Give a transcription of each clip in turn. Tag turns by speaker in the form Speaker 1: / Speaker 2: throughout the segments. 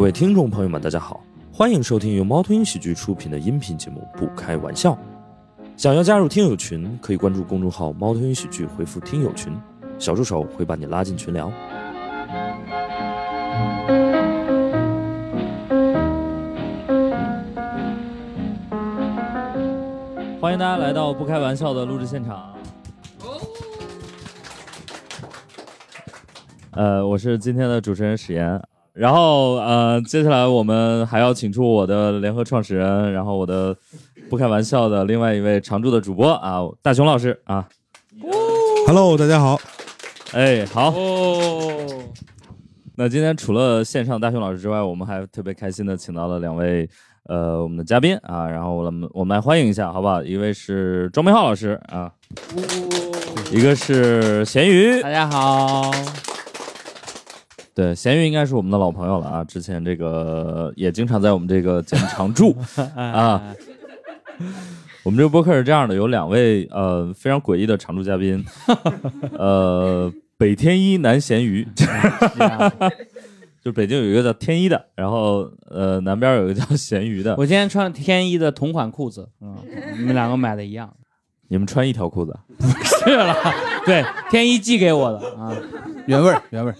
Speaker 1: 位听众朋友们，大家好，欢迎收听由猫头鹰喜剧出品的音频节目《不开玩笑》。想要加入听友群，可以关注公众号“猫头鹰喜剧”，回复“听友群”，小助手会把你拉进群聊。
Speaker 2: 欢迎大家来到不开玩笑的录制现场。呃，我是今天的主持人史岩，然后呃，接下来我们还要请出我的联合创始人，然后我的不开玩笑的另外一位常驻的主播啊，大熊老师啊，
Speaker 3: Hello，大家好。
Speaker 2: 哎，好，
Speaker 4: 哦，
Speaker 2: 那今天除了线上大熊老师之外，我们还特别开心的请到了两位呃我们的嘉宾啊，然后我们我们来欢迎一下好不好？一位是庄明浩老师啊，一个是咸鱼，
Speaker 4: 大家好，
Speaker 2: 对，咸鱼应该是我们的老朋友了啊，之前这个也经常在我们这个节目 常驻。啊，我们这个播客是这样的，有两位呃非常诡异的常驻 嘉宾，呃，北天一南咸鱼，
Speaker 4: 啊
Speaker 2: 就北京有一个叫天一的，然后呃南边有一个叫 咸鱼的，
Speaker 4: 我今天穿了天一的同款裤子，嗯，你们两个买的一样，
Speaker 2: 你们穿一条裤子，
Speaker 4: 是了，对，天一寄给我的啊，
Speaker 3: 原味儿，原味儿。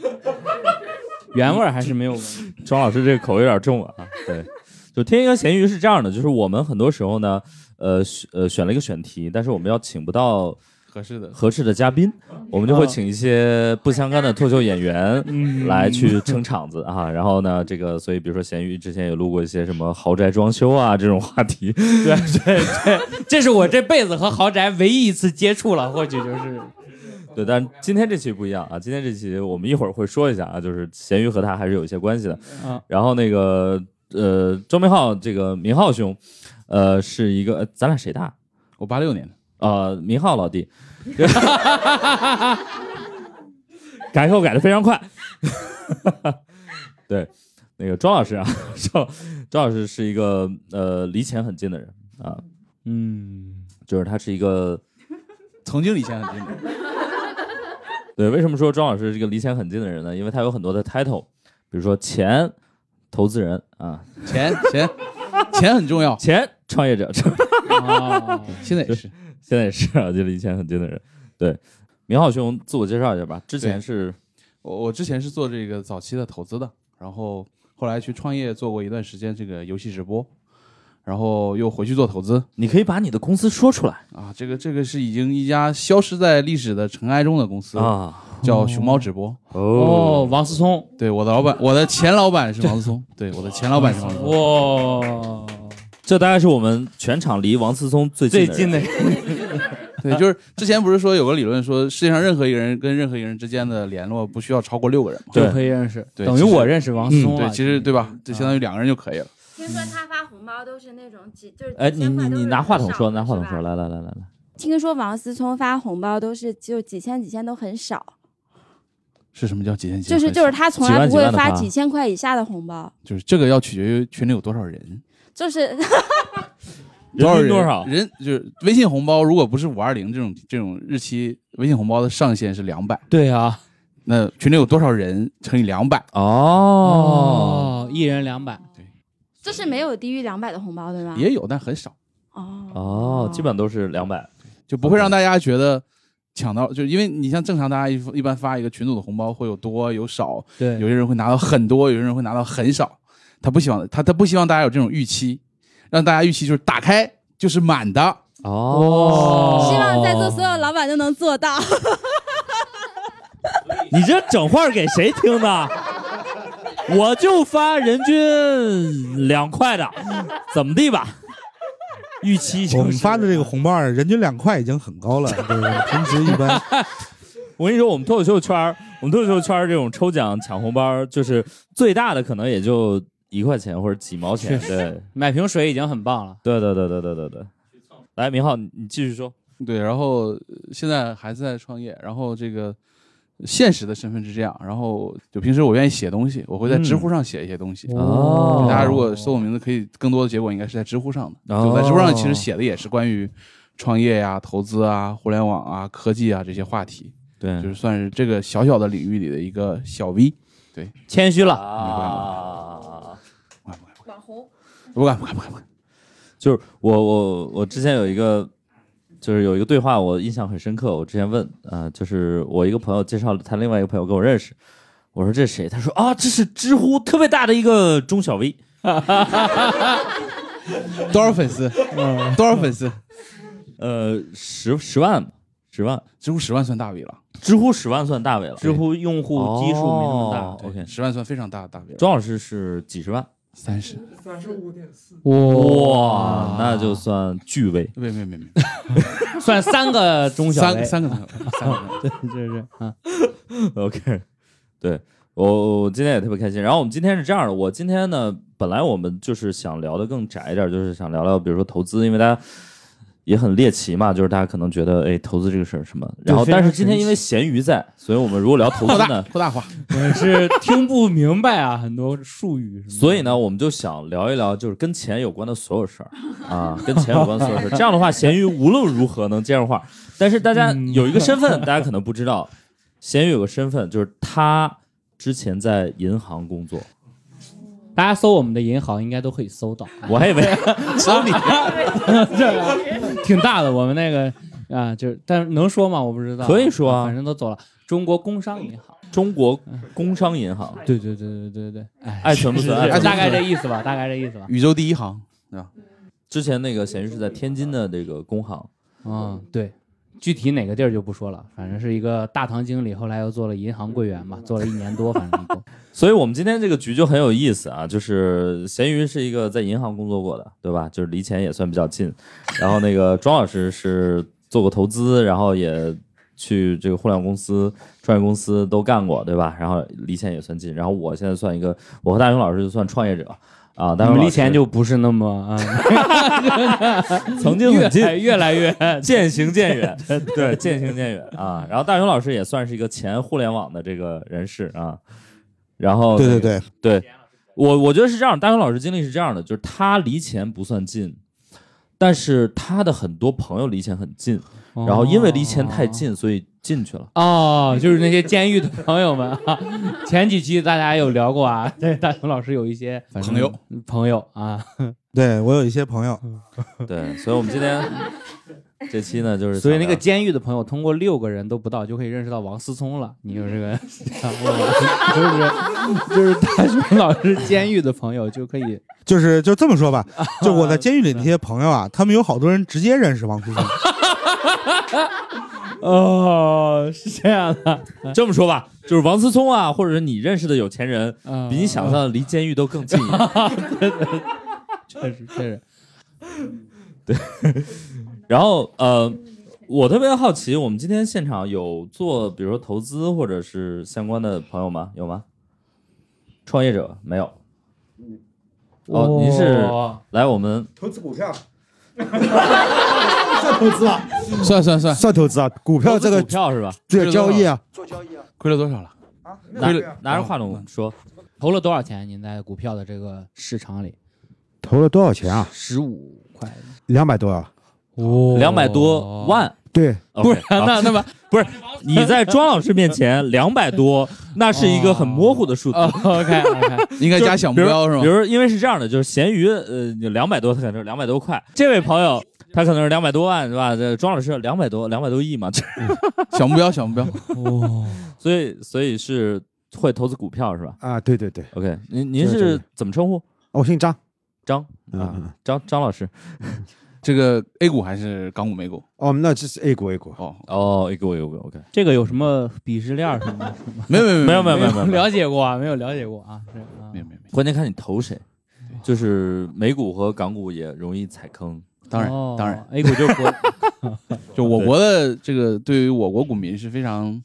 Speaker 4: 原味儿还是没有闻，
Speaker 2: 庄老师这个口味有点重啊。对，就天一和咸鱼是这样的，就是我们很多时候呢，呃选呃选了一个选题，但是我们要请不到。
Speaker 3: 合适的，
Speaker 2: 合适的嘉宾，我们就会请一些不相干的脱口秀演员
Speaker 4: 嗯
Speaker 2: 来去撑场子啊。然后呢，这个所以比如说咸鱼之前也录过一些什么豪宅装修啊这种话题，
Speaker 4: 对对对，这是我这辈子和豪宅唯一一次接触了，或许就是
Speaker 2: 对。但今天这期不一样啊，今天这期我们一会儿会说一下啊，就是咸鱼和他还是有一些关系的
Speaker 4: 嗯。
Speaker 2: 然后那个呃，周明浩这个明浩兄，呃，是一个、呃咱俩谁大？
Speaker 3: 我八六年的，
Speaker 2: 呃，明浩老弟， 改口改的非常快。 对，那个庄老师啊， 庄庄老师是一个呃离钱很近的人啊，
Speaker 4: 嗯，
Speaker 2: 就是他是一个
Speaker 3: 曾经离钱很近的。
Speaker 2: 对。为什么说庄老师是一个离钱很近的人呢？因为他有很多的 title，比如说钱投资人啊，
Speaker 3: 钱钱钱很重要，
Speaker 2: 钱创业者，
Speaker 4: 哦
Speaker 3: 现在也是。
Speaker 2: 现在也是啊，就离钱很近的人。对，明浩兄，自我介绍一下吧。之前
Speaker 3: 对
Speaker 2: 是
Speaker 3: 我我之前是做这个早期的投资的，然后后来去创业做过一段时间这个游戏直播，然后又回去做投资
Speaker 2: 你可以把你的公司说出来
Speaker 3: 啊。这个这个是已经一家消失在历史的尘埃中的公司，
Speaker 2: 啊。
Speaker 3: 叫熊猫直播。
Speaker 4: 哦，王思聪，
Speaker 3: 对，我的老板，我的前老板是王思聪。对，我的前老板是王思
Speaker 5: 哦
Speaker 3: 聪。
Speaker 4: 哇，
Speaker 2: 这大概是我们全场离王思聪最
Speaker 4: 最
Speaker 2: 近的人
Speaker 4: 近的
Speaker 3: 对，就是之前不是说有个理论说世界上任何一个人跟任何一个人之间的联络不需要超过六个人吗？
Speaker 2: 对
Speaker 4: 就可以认识，
Speaker 3: 对
Speaker 4: 等于
Speaker 3: 其实
Speaker 4: 我认识王思
Speaker 3: 嗯，
Speaker 4: 聪了，啊
Speaker 3: 对，其实对吧？这相当于两个人就可以了。
Speaker 6: 听说他发红包都是那种几，就是
Speaker 2: 哎，
Speaker 6: 几
Speaker 2: 你
Speaker 6: 千
Speaker 2: 你
Speaker 6: 块都
Speaker 2: 你
Speaker 6: 是
Speaker 2: 拿
Speaker 6: 很
Speaker 2: 话筒
Speaker 6: 少
Speaker 2: 说，
Speaker 6: 的
Speaker 2: 拿话筒
Speaker 6: 是吧
Speaker 2: 说，来来来来来，
Speaker 7: 听说王思聪发红包都是就几千几千都很少，
Speaker 3: 是什么叫极限级？
Speaker 7: 就是就是他从
Speaker 2: 几
Speaker 7: 来
Speaker 2: 万
Speaker 7: 不
Speaker 2: 几
Speaker 7: 会
Speaker 2: 万的
Speaker 7: 发
Speaker 2: 发
Speaker 7: 几千块以下的红包，
Speaker 3: 就是这个要取决于群里有多少人，
Speaker 7: 就是
Speaker 2: 人均
Speaker 3: 人
Speaker 2: 多少？
Speaker 3: 人就是微信红包，如果不是五二零这种这种日期，微信红包的上限是两百，
Speaker 4: 对啊，
Speaker 3: 那群里有多少人乘以两百？
Speaker 2: 哦
Speaker 4: 哦，一人两百，
Speaker 7: 就是没有低于两百的红包，对
Speaker 2: 啊
Speaker 7: 吗？
Speaker 3: 也有，但很少，
Speaker 7: 哦，
Speaker 2: 哦，基本上都是两百。
Speaker 3: 就不会让大家觉得抢到，就因为你像正常大家一一般发一个群组的红包会有多有少，
Speaker 4: 对
Speaker 3: 有些人会拿到很多，有些人会拿到很少，他不希望他他不希望大家有这种预期，让大家预期就是打开就是满的。
Speaker 2: 哦，
Speaker 7: 希望在座所有老板都能做到。
Speaker 2: 你这整话给谁听的？我就发人均两块的，怎么地吧？预期
Speaker 8: 我们发的这个红包啊，人均两块已经很 高了，对吧？平时一般
Speaker 2: 我跟你说，我们脱口秀圈儿，我们脱口秀圈儿这种抽奖抢红包儿，就是最大的可能也就一块钱或者几毛钱。对，
Speaker 4: 买瓶水已经很棒了。
Speaker 2: 对对对对对对对。来，明浩，你你继续说。
Speaker 3: 对，然后呃现在还是在创业，然后这个现实的身份是这样，然后就平时我愿意写东西，我会在知乎上写一些东西。
Speaker 2: 嗯
Speaker 3: 啊
Speaker 2: 哦
Speaker 3: 大家如果搜我名字，可以更多的结果应该是在知乎上的。
Speaker 2: 哦
Speaker 3: 就在知乎上其实写的也是关于创业呀、投资啊、互联网啊、科技啊这些话题，
Speaker 2: 对
Speaker 3: 就是算是这个小小的领域里的一个小 V。
Speaker 4: 谦虚了，
Speaker 2: 啊，
Speaker 3: 不敢不敢不敢不敢。
Speaker 2: 就是我我我之前有一个，就是有一个对话，我印象很深刻。我之前问啊、呃就是我一个朋友介绍了他另外一个朋友跟我认识，我说这谁？他说啊，这是知乎特别大的一个中小 V，
Speaker 3: 多少粉丝？
Speaker 2: 嗯
Speaker 3: 多少粉丝？
Speaker 2: 呃，十十万吧，十万，
Speaker 3: 知乎十万算大 V 了，
Speaker 2: 知乎十万算大 V 了，哎
Speaker 1: 知乎用户基数没那么大。
Speaker 2: 哦 OK，
Speaker 3: 十万算非常大的大 V 了。
Speaker 2: 庄老师是几十万，
Speaker 3: 三十？
Speaker 2: 哇，那就算巨 V。
Speaker 3: 没没没没，
Speaker 5: 算三个中小
Speaker 3: 三
Speaker 5: 雷
Speaker 3: 个，三个朋友，三个朋友。
Speaker 1: 这是啊，
Speaker 2: OK，对我我今天也特别开心。然后我们今天是这样的，我今天呢，本来我们就是想聊的更窄一点，就是想聊聊比如说投资，因为大家也很猎奇嘛，就是大家可能觉得哎，投资这个事儿什么。然后
Speaker 1: 非常
Speaker 2: 但是今天因为咸鱼在，所以我们如果聊投
Speaker 3: 扩
Speaker 2: 资
Speaker 3: 大
Speaker 2: 呢，
Speaker 3: 扩大化，
Speaker 1: 我是听不明白啊，很多术语什么的。
Speaker 2: 所以呢，我们就想聊一聊就是跟钱有关的所有事儿啊，跟钱有关的所有事儿。这样的话，咸鱼无论如何能接上话。但是大家
Speaker 1: 嗯
Speaker 2: 有一个身份，大家可能不知道，咸鱼有个身份就是他之前在银行工作。
Speaker 5: 大家搜我们的银行应该都可以搜 到，
Speaker 2: 我还以为
Speaker 5: 这啊挺大的。我们那个啊，就是但是能说吗？我不知道，
Speaker 2: 可以说啊
Speaker 5: 反正都走了。中国工商银行，
Speaker 2: 中国工商银行，
Speaker 5: 对对对对对对，哎，
Speaker 2: 爱存不存？
Speaker 5: 是
Speaker 2: 爱
Speaker 5: 是
Speaker 2: 存
Speaker 5: 是
Speaker 2: 不
Speaker 5: 大
Speaker 2: 存
Speaker 5: 概这意思 吧，大概这意思吧。
Speaker 3: 宇宙第一行，
Speaker 2: 之前那个咸鱼是在天津的这个工行，
Speaker 5: 嗯，对，具体哪个地儿就不说了，反正是一个大堂经理，后来又做了银行柜员嘛，做了一年多，反正都
Speaker 2: 所以我们今天这个局就很有意思啊。就是咸鱼是一个在银行工作过的，对吧？就是离钱也算比较近。然后那个庄老师是做过投资，然后也去这个互联网公司、创业公司都干过，对吧？然后离钱也算近。然后我现在算一个，我和大勇老师就算创业者啊。但
Speaker 5: 我
Speaker 2: 是
Speaker 5: 们离钱就不是那么啊，
Speaker 2: 曾经
Speaker 5: 越
Speaker 2: 很近，
Speaker 5: 来越来越
Speaker 2: 渐行渐远，对，渐行渐远啊。然后大雄老师也算是一个前互联网的这个人士啊。然后
Speaker 8: 对对，对，
Speaker 2: 我我觉得是这样，大雄老师经历是这样的，就是他离钱不算近，但是他的很多朋友离钱很近， 然后因为离钱太近，所以进去了。
Speaker 5: 哦，就是那些监狱的朋友们啊， 前几期大家有聊过啊，对，大雄老师有一些反正
Speaker 3: 朋友
Speaker 5: 朋友啊，
Speaker 8: 对我有一些朋友，
Speaker 9: 嗯
Speaker 5: 哦
Speaker 2: 对，所以我们今天这期呢，就是
Speaker 5: 所以那个
Speaker 2: 想聊
Speaker 5: 监狱的朋友通过六个人都不到就可以认识到王思聪了，你有 这个想过吗？ 就是就是 大雄老师监狱的朋友就可以
Speaker 8: 就是就这么 说吧，就我在监狱
Speaker 9: 嗯
Speaker 8: 里那些朋友啊，他们有好多人直接认识王 思聪，
Speaker 5: 哦，是这样的，
Speaker 2: 这么说吧，就是王思聪啊，或者是你认识的有钱人，
Speaker 5: 啊
Speaker 2: 比你想象的离监狱都更近一 点。
Speaker 5: 确实确实，
Speaker 2: 然后呃，我特别好奇，我们今天现场有做比如说投资或者是相关的朋友吗？有吗？创业者没有？ 哦，您是来我们
Speaker 10: 投资股票，算投资
Speaker 9: 啊
Speaker 10: 吧？
Speaker 3: 算算算，
Speaker 8: 算投资啊，股票这个
Speaker 2: 股票是吧？
Speaker 8: 这个交易啊，
Speaker 10: 做交易啊？
Speaker 3: 亏了多少了？
Speaker 10: 啊，没
Speaker 2: 拿
Speaker 10: 有这样。
Speaker 2: 拿着话筒说，
Speaker 5: 投了多少钱？您在股票的这个市场里，
Speaker 9: 投了多少钱啊？
Speaker 5: 十五块，
Speaker 9: 两百多啊？
Speaker 5: 哦
Speaker 2: 两百多，万。
Speaker 9: 对，
Speaker 2: 不
Speaker 5: 不是那那么
Speaker 2: 你在庄老师面 前两百多，那是一个很模糊的数字。
Speaker 5: OK 哦 OK，
Speaker 3: 应该加小目标是
Speaker 2: 比
Speaker 3: 吗？
Speaker 2: 如，因为是这样的，就是咸鱼，呃，两百多，他可能是两百多块。这位朋友，他可能是两百多万，是吧？这庄老师两百多，两百多亿嘛，
Speaker 3: 小目标，小目标。
Speaker 2: 所以所以是会投资股票是吧
Speaker 9: 啊，对对对，
Speaker 2: ？OK，您您
Speaker 9: 是
Speaker 2: 是
Speaker 9: 是
Speaker 2: 怎么称呼？
Speaker 9: 我姓张，
Speaker 2: 张
Speaker 9: 嗯嗯，
Speaker 2: 张张老师
Speaker 3: 这个 A 股还是港股、美股？
Speaker 9: 哦，那这是 A 股 A 股，
Speaker 3: 哦，
Speaker 2: 哦，给我给我 OK，
Speaker 5: 这个有什么鄙视链什么的？
Speaker 3: 没有没有
Speaker 2: 没有没
Speaker 3: 没
Speaker 2: 有没有没有没有，
Speaker 5: 了解过啊？没有了解过啊？是啊
Speaker 3: 没有没有没
Speaker 2: 关键看你投谁，哦就是美股和港股也容易踩坑。
Speaker 3: 有，当然
Speaker 5: 哦
Speaker 3: 当然，
Speaker 5: ，A 股就国
Speaker 3: 就我国的这个对于我国股民是非常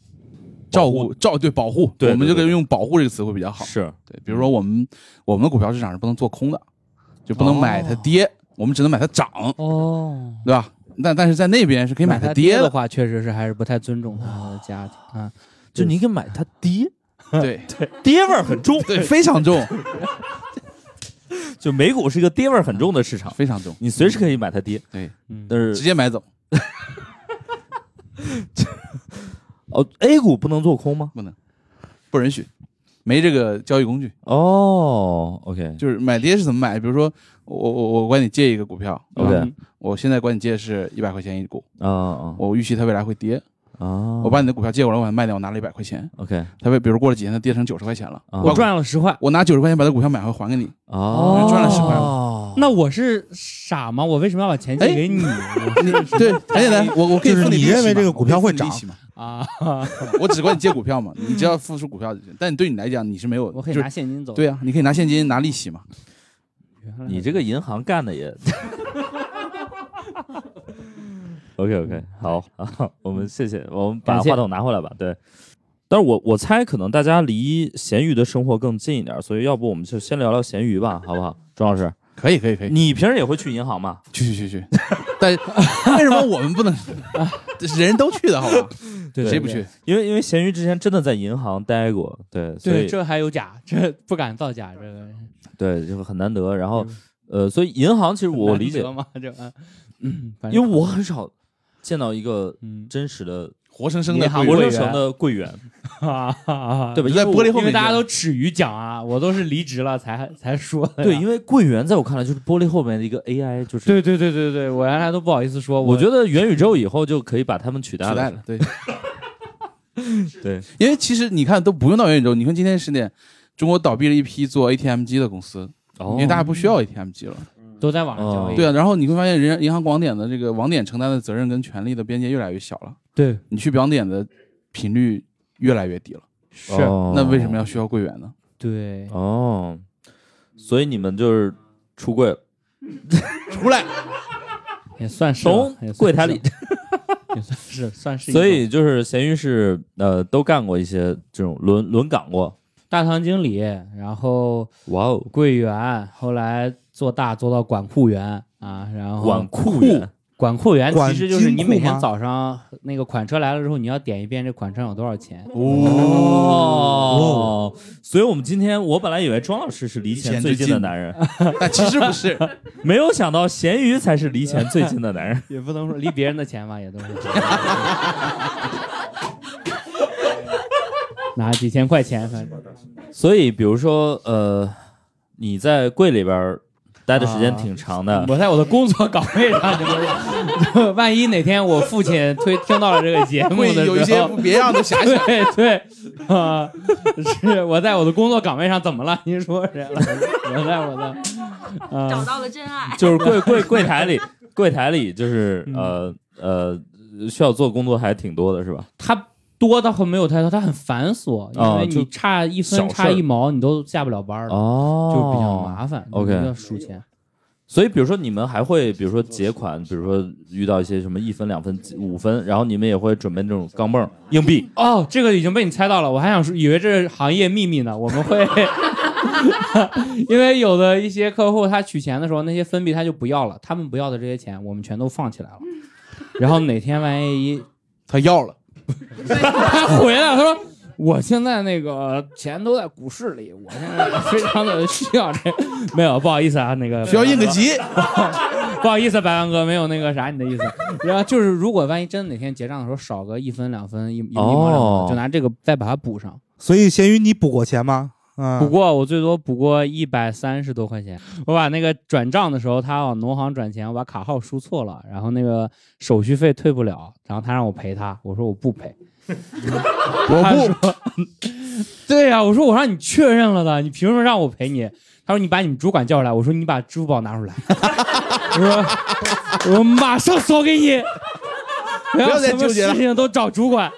Speaker 3: 照顾照对保护，
Speaker 2: 对
Speaker 3: 我们
Speaker 2: 对
Speaker 3: 这个
Speaker 2: 对
Speaker 3: 用保护这个词汇比较好。
Speaker 2: 是，
Speaker 3: 对，比如说我们我们的股票市场是不能做空的，就不能买它跌，我们只能买它涨，
Speaker 5: 哦。
Speaker 3: 对吧？但但是在那边是可以买
Speaker 5: 它
Speaker 3: 它跌
Speaker 5: 的
Speaker 3: 的，
Speaker 5: 话，确实是还是不太尊重他的家庭啊。
Speaker 2: 就你给买它跌，
Speaker 3: 对
Speaker 2: 跌味儿很重。
Speaker 3: 对，非常重，
Speaker 2: 就美股是一个跌味儿很重的市场，
Speaker 3: 非常重，
Speaker 2: 你随时可以买它跌，
Speaker 3: 对，
Speaker 5: 嗯，
Speaker 2: 但
Speaker 3: 直
Speaker 2: 是
Speaker 3: 接买走
Speaker 2: 哦，A 股不能做空吗？
Speaker 3: 不允许。没这个交易工
Speaker 1: 嗯
Speaker 3: 具。
Speaker 2: 哦，OK，
Speaker 3: 就是买跌是怎么买？比如说我我我管你借一个股票
Speaker 2: OK
Speaker 3: 嗯我现在管你借是一百块钱一股，
Speaker 2: 啊啊
Speaker 3: 我预期它未来会跌，
Speaker 1: 嗯
Speaker 2: 啊，
Speaker 5: 哦
Speaker 3: 我把你的股票借过来，我把它卖掉，我拿了一百块钱，
Speaker 2: OK
Speaker 3: 它被比如过了几天它跌成九十块钱了，
Speaker 2: 啊
Speaker 3: 把
Speaker 5: 我赚了十块，
Speaker 3: 我拿九十块钱把它股票买回还给你，
Speaker 2: 哦，
Speaker 3: 赚了10块
Speaker 2: 块，
Speaker 5: 那我是傻吗？我为什么要把钱借给你
Speaker 3: 对，很简单，我我可以
Speaker 8: 就是
Speaker 3: 付
Speaker 8: 你
Speaker 3: 利息嘛
Speaker 8: 认为这个股票会涨
Speaker 3: 我可以付利息嘛？
Speaker 5: 啊？
Speaker 3: 我只管你借股票嘛， 你只要付出股票就行。但对你来讲，你是没有，
Speaker 5: 我可以
Speaker 3: 就
Speaker 5: 拿
Speaker 3: 是
Speaker 5: 现金走。
Speaker 3: 对啊，你可以拿现金拿利息嘛。
Speaker 5: 原来，
Speaker 2: 你这个银行干的也。OK OK，好，好我们谢谢，我们把
Speaker 5: 感谢
Speaker 2: 话筒拿回来吧。对，但是我我猜可能大家离咸鱼的生活更近一点，所以要不我们就先聊聊咸鱼吧，好不好？庄老师，
Speaker 3: 可以，可以，可以，
Speaker 2: 你平时也会去银行吗？
Speaker 3: 去去去去。 但为什么我们不能？ 人都去的好吧？
Speaker 5: 对对
Speaker 3: 谁不
Speaker 5: 对
Speaker 3: 去？
Speaker 2: 因为因为咸鱼之前真的在银行待过，对，所以
Speaker 5: 对，这还有假，这不敢造假，这个
Speaker 2: 对就很难得。然后呃，所以银行其实我理解
Speaker 5: 嗯难得，嘛，这嗯嗯，反
Speaker 2: 因
Speaker 5: 正
Speaker 2: 为我很少见到一个
Speaker 5: 嗯
Speaker 2: 真实的
Speaker 3: 活生生的
Speaker 5: 银行
Speaker 3: 贵
Speaker 2: 活
Speaker 3: 人
Speaker 2: 生生的柜员，
Speaker 5: 啊哈哈
Speaker 2: 对吧？
Speaker 3: 在
Speaker 2: 因为
Speaker 3: 玻璃后
Speaker 5: 因为
Speaker 3: 面
Speaker 5: 大家都耻于讲啊，我都是离职了才才说的呀。
Speaker 2: 对，因为柜员在我看来就是玻璃后面的一个 AI，就是。
Speaker 5: 对对对对对，我原来都不好意思说，
Speaker 2: 我
Speaker 5: 我
Speaker 2: 觉得元宇宙以后就可以把他们取代
Speaker 3: 取代
Speaker 2: 了。
Speaker 3: 了，对
Speaker 2: 对，
Speaker 3: 因为其实你看都不用到元宇宙，你看今天十点，中国倒闭了一批做 ATM 机的公司，
Speaker 2: 哦
Speaker 3: 因为大家不需要 ATM 机了。
Speaker 5: 都在网上交易。
Speaker 3: 对啊，然后你会发现，人家银行网点的这个网点承担的责任跟权利的边界越来越小了，
Speaker 5: 对
Speaker 3: 你去网点的频率越来越低了。
Speaker 5: 是，
Speaker 2: 哦
Speaker 3: 那为什么要需要柜员呢？
Speaker 5: 对，
Speaker 2: 哦？所以你们就是出柜了，
Speaker 3: 出来，
Speaker 5: 也算是吧
Speaker 2: 从
Speaker 5: 也算是
Speaker 2: 柜台 里。
Speaker 5: 也算是算是一种。
Speaker 2: 所以就是咸鱼是呃都干过一些这种轮轮岗过。
Speaker 5: 大堂经理，然后
Speaker 2: 哇哦，
Speaker 5: 柜员，后来做大做到管库员啊，然后
Speaker 2: 管库员
Speaker 5: 管库员
Speaker 8: 管
Speaker 5: 其实就是你
Speaker 8: 金库
Speaker 5: 每天
Speaker 8: 吗
Speaker 5: 早上那个款车来了之后，你要点一遍这款车上有多少钱。
Speaker 2: 哦，所以我们今天我本来以为庄老师是离钱最近的男人，
Speaker 3: 但其实不是，
Speaker 2: 没有想到咸鱼才是离钱最近的男人。
Speaker 5: 也不能说离别人的钱吧，也都是。拿几千块钱，反正
Speaker 2: 所以比如说呃，你在柜里边儿待的时间挺长的，
Speaker 5: 我在我的工作岗位上，就是 万一哪天我父亲推听到了这个节目
Speaker 3: 会
Speaker 5: 的
Speaker 3: 有一
Speaker 5: 时
Speaker 3: 些
Speaker 5: 候，
Speaker 3: 不别样的遐想。
Speaker 5: 对对啊、是我在我的工作岗位上怎么了？您说谁了？我在我的
Speaker 2: 嗯
Speaker 6: 找到了真爱。
Speaker 2: 就是柜柜柜台里，柜台里就是呃呃，需要做工作还挺多的，是吧？
Speaker 5: 它多到很没有太多，它很繁琐，因
Speaker 2: 啊
Speaker 5: 为
Speaker 2: 就
Speaker 5: 你差一
Speaker 2: 小
Speaker 5: 分
Speaker 2: 事
Speaker 5: 差
Speaker 2: 儿
Speaker 5: 一毛，你都下不了班儿了，
Speaker 2: 哦
Speaker 5: 就比较麻烦。
Speaker 2: OK
Speaker 5: 你要数钱，
Speaker 2: 所以，比如说你们还会，比如说结款，比如说遇到一些什么一分、两分、五分，然后你们也会准备那种钢镚儿、硬币。
Speaker 5: 哦，这个已经被你猜到了，我还想说，以为这是行业秘密呢。我们会， 因为有的一些客户他取钱的时候，那些分币他就不要了，他们不要的这些钱，我们全都放起来了。然后哪天万一
Speaker 3: 他要了，
Speaker 5: 他 回来了，他说。我现在那个钱都在股市里，我现在非常的需要这，没有不好意思啊，那个
Speaker 3: 需要应个急，
Speaker 5: 不好意思，白万哥没有那个啥你的意思。然后就是，如果万一真哪天结账的时候少个一分两分一一一毛两
Speaker 2: 哦
Speaker 5: 毛，就拿这个再把它补上。
Speaker 8: 所以咸鱼你补过钱吗？啊，
Speaker 5: 补过我最多补过一百三十多块钱。我把那个转账的时候，他往农行转钱，我把卡号输错了，然后那个手续费退不了，然后他让我赔他，我说我不赔，我不。对呀、我说我让你确认了的，你凭什么让我赔你？他说你把你们主管叫出来，我说你把支付宝拿出来，我说我马上扫给你，不
Speaker 3: 要
Speaker 5: 要
Speaker 3: 再
Speaker 5: 什么
Speaker 3: 纠结了
Speaker 5: 事情都找主管，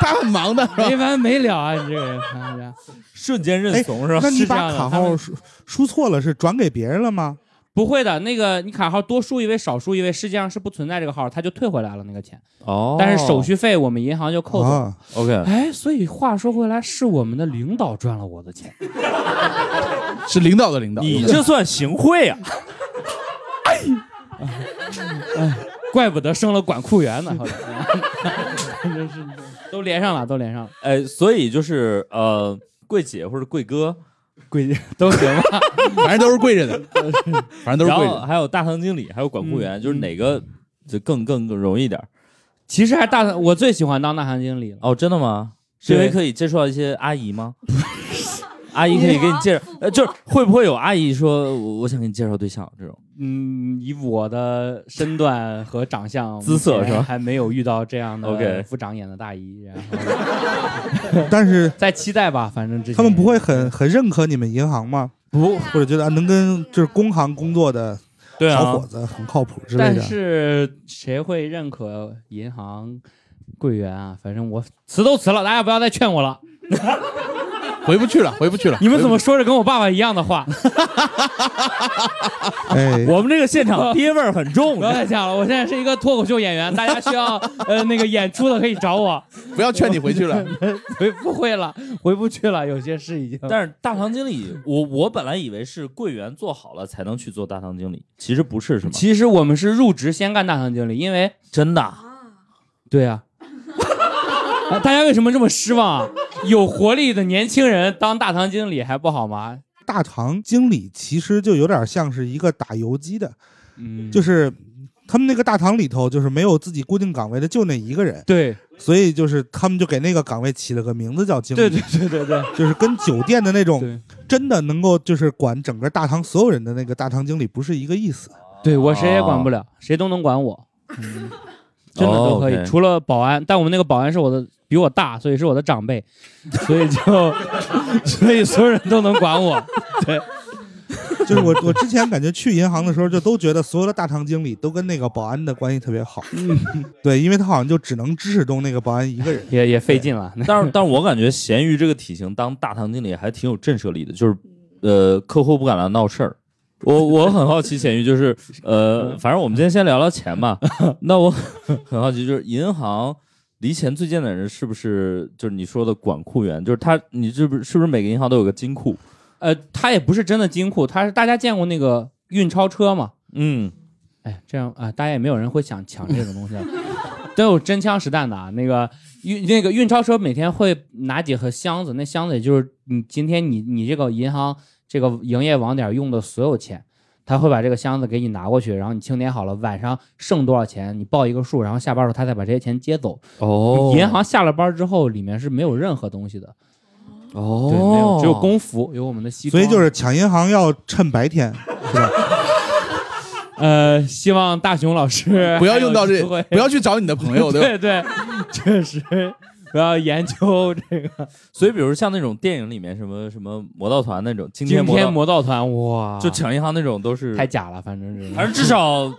Speaker 3: 他很忙的，是吧？
Speaker 5: 没完没了啊！你这个人，哎看着
Speaker 2: 瞬间认怂是吧？
Speaker 8: 啊那你
Speaker 5: 是这
Speaker 8: 把
Speaker 5: 样的
Speaker 8: 卡
Speaker 5: 他们
Speaker 8: 号输输错了，是转给别人了吗？
Speaker 5: 不会的，那个你卡号多输一位少输一位，实际上是不存在这个号，它就退回来了那个钱，
Speaker 2: 哦，
Speaker 5: 但是手续费我们银行就扣走。
Speaker 8: 啊，
Speaker 2: OK，
Speaker 5: 哎，所以话说回来，是我们的领导赚了我的钱，
Speaker 3: 是领导的领导。
Speaker 2: 你这算行贿啊！
Speaker 5: 怪不得升了管库员呢。后来 真是的都连上了，都连上了，
Speaker 2: 哎，所以就是呃，柜姐或者柜哥，
Speaker 5: 都行吧。
Speaker 3: 反正都是跪 着的，反正都是
Speaker 2: 然
Speaker 3: 跪
Speaker 2: 后
Speaker 3: 着的。
Speaker 2: 还有大堂经理，还有管库员，
Speaker 5: 嗯
Speaker 2: 就是哪个就更更更容易点儿？
Speaker 5: 其实还大，我最喜欢当大堂经理了。
Speaker 2: 哦，真的吗？是因为可以接触到一些阿姨吗？ 阿姨可以给你介绍，呃，就是会不会有阿姨说我我想给你介绍对象这种？
Speaker 5: 嗯，以我的身段和长 相
Speaker 2: 姿色是吧
Speaker 5: 目前还没有遇到这样
Speaker 2: OK
Speaker 5: 的不长眼的大姨，然后
Speaker 8: 但是
Speaker 5: 再期待吧，反正之前
Speaker 8: 他们不会很很认可你们银行吗？
Speaker 5: 不，
Speaker 8: 或者觉得啊能跟就是工行工作的
Speaker 2: 对啊
Speaker 8: 小伙子很靠谱之类
Speaker 5: 但
Speaker 8: 的。
Speaker 5: 是谁会认可银行柜员啊？反正我辞都辞了，大家不要再劝我 了。
Speaker 3: 回不去了，回不去了。
Speaker 5: 你们怎么说着跟我爸爸一样的 话？啊
Speaker 8: 哎，
Speaker 2: 我们这个现 场爹味儿很重
Speaker 5: 不要再讲了，我现在是一个脱口秀演员，大家需要呃那个演出的可以找我。
Speaker 3: 不要劝你回去了？
Speaker 5: 回 不会了，回不去了，有些事已经。
Speaker 2: 但是大堂经理，我我本来以为是柜员做好了才能去做大堂经理，其实不是，是吗？
Speaker 5: 其实我们是入职先干大堂经理，因为
Speaker 2: 真的啊，
Speaker 5: 对啊， 啊大家为什么这么失望啊？有活力的年轻人当大堂经理还不好吗？
Speaker 8: 大堂经理其实就有点像是一个打游击的，
Speaker 5: 嗯，
Speaker 8: 就是他们那个大堂里头就是没有自己固定岗位的，就那一个人，
Speaker 5: 对
Speaker 8: 所以就是他们就给那个岗位起了个名字叫经理，
Speaker 5: 对对对对对，
Speaker 8: 就是跟酒店的那
Speaker 5: 对
Speaker 8: 种真的能够就是管整个大堂所有人的那个大堂经理不是一个意思。
Speaker 5: 对我谁也管不了，谁都能管我，真的都可以，
Speaker 2: 哦，OK
Speaker 5: 除了保安。但我们那个保安是我的比我大，所以是我的长辈，所以就 所以所有人都能管我。
Speaker 8: 就是我我之前感觉去银行的时候，就都觉得所有的大堂经理都跟那个保安的关系特别好，对，因为他好像就只能支持中那个保安一个人。
Speaker 5: 也也费劲了，
Speaker 2: 但是但是我感觉咸鱼这个体型当大堂经理还挺有震慑力的，就是
Speaker 5: 嗯
Speaker 2: 呃，客户不敢来闹事儿。我我很好奇，咸鱼就是呃，反正我们今天先聊聊钱嘛。 那我很好奇，就是银行离钱最近的人是不是就是你说的管库员？就是他，你是不是是不是每个银行都有个金库？
Speaker 5: 呃，他也不是真的金库，他是大家见过那个运钞车吗？
Speaker 2: 嗯，
Speaker 5: 哎，这样啊、大家也没有人会想抢这种东西了， 都有真枪实弹的啊。那个运那个运钞车每天会拿几盒箱子，那箱子也就是你今天你你这个银行这个营业网点用的所有钱，他会把这个箱子给你拿过去，然后你清点好了，晚上剩多少钱，你报一个数，然后下班的时候他再把这些钱接走。
Speaker 2: 哦
Speaker 5: 银行下了班之后，里面是没有任何东西的，
Speaker 2: 哦，
Speaker 5: 对，没有，只有工服，有我们的西
Speaker 8: 所
Speaker 5: 装。
Speaker 8: 以就是抢银行要趁白天，
Speaker 5: 呃，希望大雄老师
Speaker 3: 不要用到
Speaker 5: 还有
Speaker 3: 这
Speaker 5: 机，会
Speaker 3: 不要去找你的朋友，对吧？
Speaker 5: 对对，确实不要研究这个
Speaker 2: 所以比如像那种电影里面什么什么魔盗团那种，惊
Speaker 5: 惊
Speaker 2: 天魔
Speaker 5: 天
Speaker 2: 盗
Speaker 5: 魔盗团，哇，
Speaker 2: 就抢银行那种都是，
Speaker 5: 太假了，反正是，
Speaker 2: 反正至 少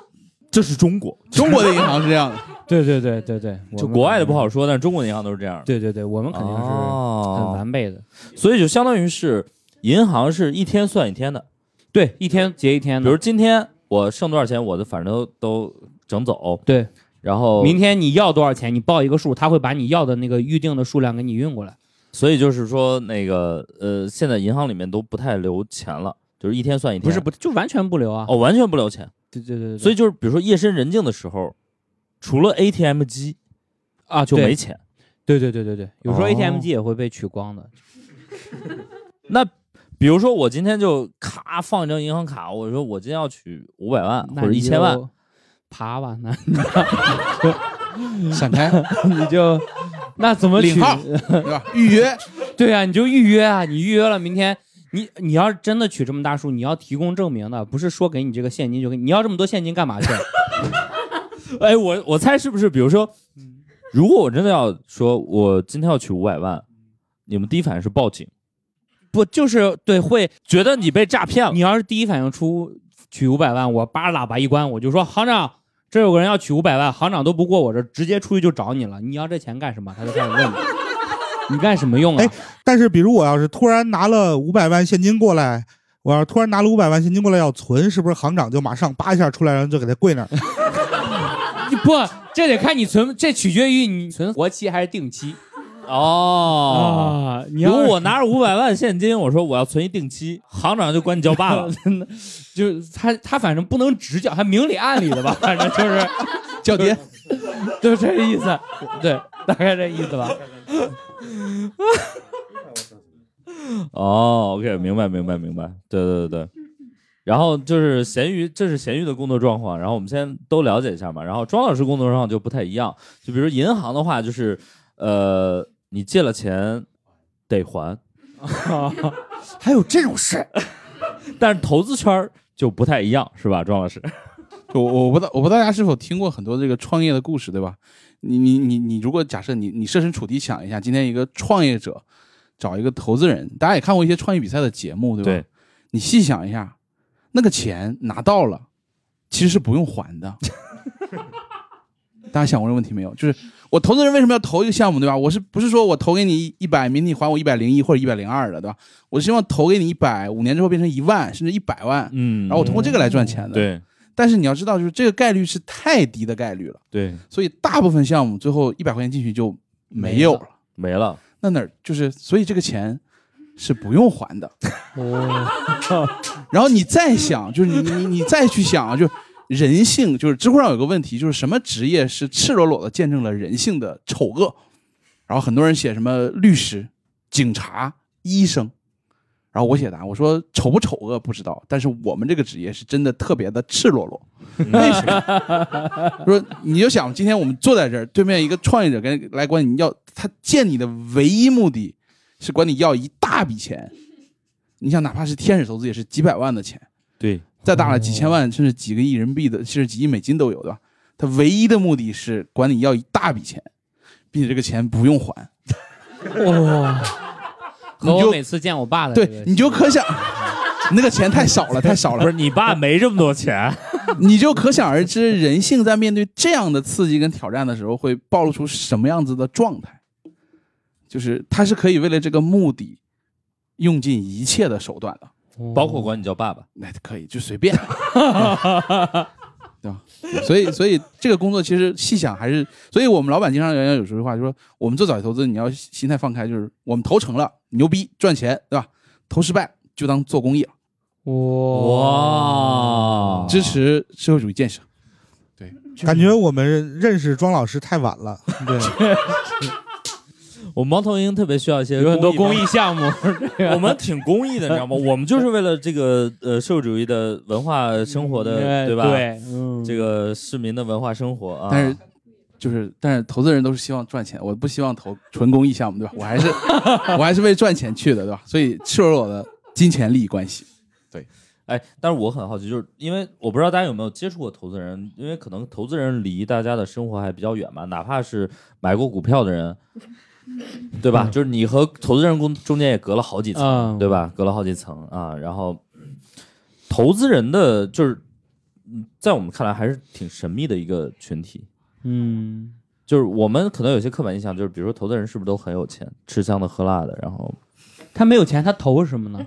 Speaker 2: 这是中国，
Speaker 3: 中国的银行是这样的，
Speaker 5: 对对对对对，我
Speaker 2: 就
Speaker 5: 们
Speaker 2: 国外的
Speaker 5: 肯定
Speaker 2: 不，好说，但是中国的银行都是这样的。
Speaker 5: 对对对，我们肯定是很
Speaker 2: 哦，
Speaker 5: 完备的，
Speaker 2: 所以就相当于是银行是一天算一天的，
Speaker 5: 对，一天结一天
Speaker 2: 比
Speaker 5: 的，
Speaker 2: 如今天我剩多少钱，我的反正都都整走，
Speaker 5: 对，
Speaker 2: 然后
Speaker 5: 明天你要多少钱，你报一个数，他会把你要的那个预定的数量给你运过来，
Speaker 2: 所以就是说那个呃，现在银行里面都不太留钱了，就是一天算一天，
Speaker 5: 不是不就完全不留啊，
Speaker 2: 哦，完全不留钱，
Speaker 5: 对对对，对
Speaker 2: 所以就是比如说夜深人静的时候，除了 ATM 机
Speaker 5: 啊
Speaker 2: 就没，钱。
Speaker 5: 对对对对对对，有时候
Speaker 2: 哦
Speaker 5: ATM 机也会被取光的，
Speaker 2: 那比如说我今天就咔放一张银行卡，我说我今天要取五百万或
Speaker 5: 那
Speaker 2: 者一
Speaker 5: 你
Speaker 2: 千万，
Speaker 5: 就爬吧，那嗯
Speaker 3: 闪开，
Speaker 5: 你就。那怎么取
Speaker 3: 领号对吧？预约，
Speaker 5: 对啊，你就预约啊，你预约了，明天你你要是真的取这么大数，你要提供证明的，不是说给你这个现金就给你，你要这么多现金干嘛去？
Speaker 2: 哎，我我猜是不是？比如说，
Speaker 5: 嗯
Speaker 2: 如果我真的要说，我今天要取五百万，你们第一反应是报警，
Speaker 5: 不就是对会？
Speaker 2: 觉得你被诈骗了
Speaker 5: 你。要是第一反应出取五百万，我叭喇叭一关，我就说行长，这有个人要取五百万，行长都不过我这，直接出去就找你了。你要这钱干什么？他就开始问你，你干什么用啊？
Speaker 8: 哎但是比如我要是突然拿了五百万现金过来，我要是突然拿了五百万现金过来要存，是不是行长就马上叭一下出来，然后就给他跪那儿？
Speaker 5: 你不，这得看你存，这取决于你存活期还是定期
Speaker 2: 哦。
Speaker 5: 啊。你
Speaker 2: 如
Speaker 5: 要
Speaker 2: 果
Speaker 5: 是
Speaker 2: 我拿着五百万现金，我说我要存一定期，行长就管你叫爸爸。
Speaker 5: 就他他反正不能直叫，还明里暗里的吧，反正就是。
Speaker 3: 叫爹，
Speaker 5: 就这意思，对，大概这意思吧。
Speaker 2: 哦，OK，明白，明白，明白。对对对对。然后就是咸鱼，这是咸鱼的工作状况。然后我们先都了解一下嘛。然后庄老师工作状况就不太一样，就比如银行的话，就是呃，你借了钱得还，
Speaker 11: 还有这种事？
Speaker 2: 但是投资圈儿就不太一样，是吧，庄老师？
Speaker 3: 我我不知道我不知道大家是否听过很多这个创业的故事，对吧？你你你你，如果假设你你设身处地想一下，今天一个创业者找一个投资人，大家也看过一些创业比赛的节目，对吧？
Speaker 2: 对
Speaker 3: 你细想一下，那个钱拿到了，其实是不用还的。 大家想过这个问题没有？就是我投资人为什么要投一个项目，对吧？我是不是说我投给你一百，明天你还我一百零一或者一百零二的，对吧？我是希望投给你一百，五年之后变成一万甚至一百万，
Speaker 2: 嗯
Speaker 3: 然后我通过这个来赚钱的。
Speaker 2: 对
Speaker 3: 但是你要知道，就是这个概率是太低的概率了，
Speaker 2: 对，
Speaker 3: 所以大部分项目最后一百块钱进去就没有了。
Speaker 2: 没了。
Speaker 3: 那哪儿就是，所以这个钱是不用还的。哦，然后你再想，就是你你你再去想啊，就是人性，就是知乎上有个问题，就是什么职业是赤裸裸的见证了人性的丑恶？然后很多人写什么律师、警察、医生，然后我写答啊案，我说丑不丑恶不知道，但是我们这个职业是真的特别的赤裸裸。为什么？说你就想今天我们坐在这儿，对面一个创业者跟来管你要，他见你的唯一目的是管你要一大笔钱。你想，哪怕是天使投资，也是几百万的钱，
Speaker 2: 对，
Speaker 3: 再大了几千万，甚至几个亿人民币的，甚至几亿美金都有，对吧？他唯一的目的是管你要一大笔钱，并且这个钱不用
Speaker 2: 哎
Speaker 3: 还。
Speaker 4: 哇，
Speaker 3: 你
Speaker 4: 和我
Speaker 3: 就
Speaker 4: 每次见我爸的这
Speaker 3: 对
Speaker 4: 个，
Speaker 3: 你就可想， 那个钱太少了，太少了
Speaker 2: 不。是你爸没这么多钱，
Speaker 3: 你就可想而知，人性在面对这样的刺激跟挑战的时候，会暴露出什么样子的状态。就是他是可以为了这个目的，用尽一切的手段的。
Speaker 2: 包括管你叫爸爸。
Speaker 3: 那可以就随便， 对吧？所以，所以这个工作其实细想还是，所以我们老板经常原来有句话就说，我们做早期投资，你要心态放开，就是我们投成了，牛逼赚钱，对吧？投失败就当做公益了，
Speaker 2: 哇，
Speaker 3: 支持社会主义建设。
Speaker 8: 感觉我们认识庄老师太晚了。对，
Speaker 2: 我们猫头鹰特别需要一些
Speaker 4: 有很多
Speaker 2: 公
Speaker 4: 公
Speaker 2: 益
Speaker 4: 益项 目，
Speaker 2: 嘛，我们挺公益的，你知道吗？我们就是为了这个呃社会主义的文化生活的，
Speaker 5: 哎
Speaker 4: 对
Speaker 2: 吧？
Speaker 4: 对，嗯，
Speaker 2: 这个市民的文化生活啊，
Speaker 3: 但是就是，但是投资人都是希望赚钱，我不希望投纯公益项目，对吧？我还是我还是为赚钱去的，对吧？所以赤裸裸的金钱利益关系，
Speaker 2: 哎，但是我很好奇，就是因为我不知道大家有没有接触过投资人，因为可能投资人离大家的生活还比较远嘛，哪怕是买过股票的人，对吧？就是你和投资人公中间也隔了好几层，
Speaker 4: 嗯
Speaker 2: 对吧？隔了好几层啊，然后投资人的就是嗯在我们看来还是挺神秘的一个群体，
Speaker 4: 嗯，
Speaker 2: 就是我们可能有些刻板印象，就是比如说投资人是不是都很有钱，吃香的喝辣的，然后
Speaker 4: 他没有钱，他投什 么呢？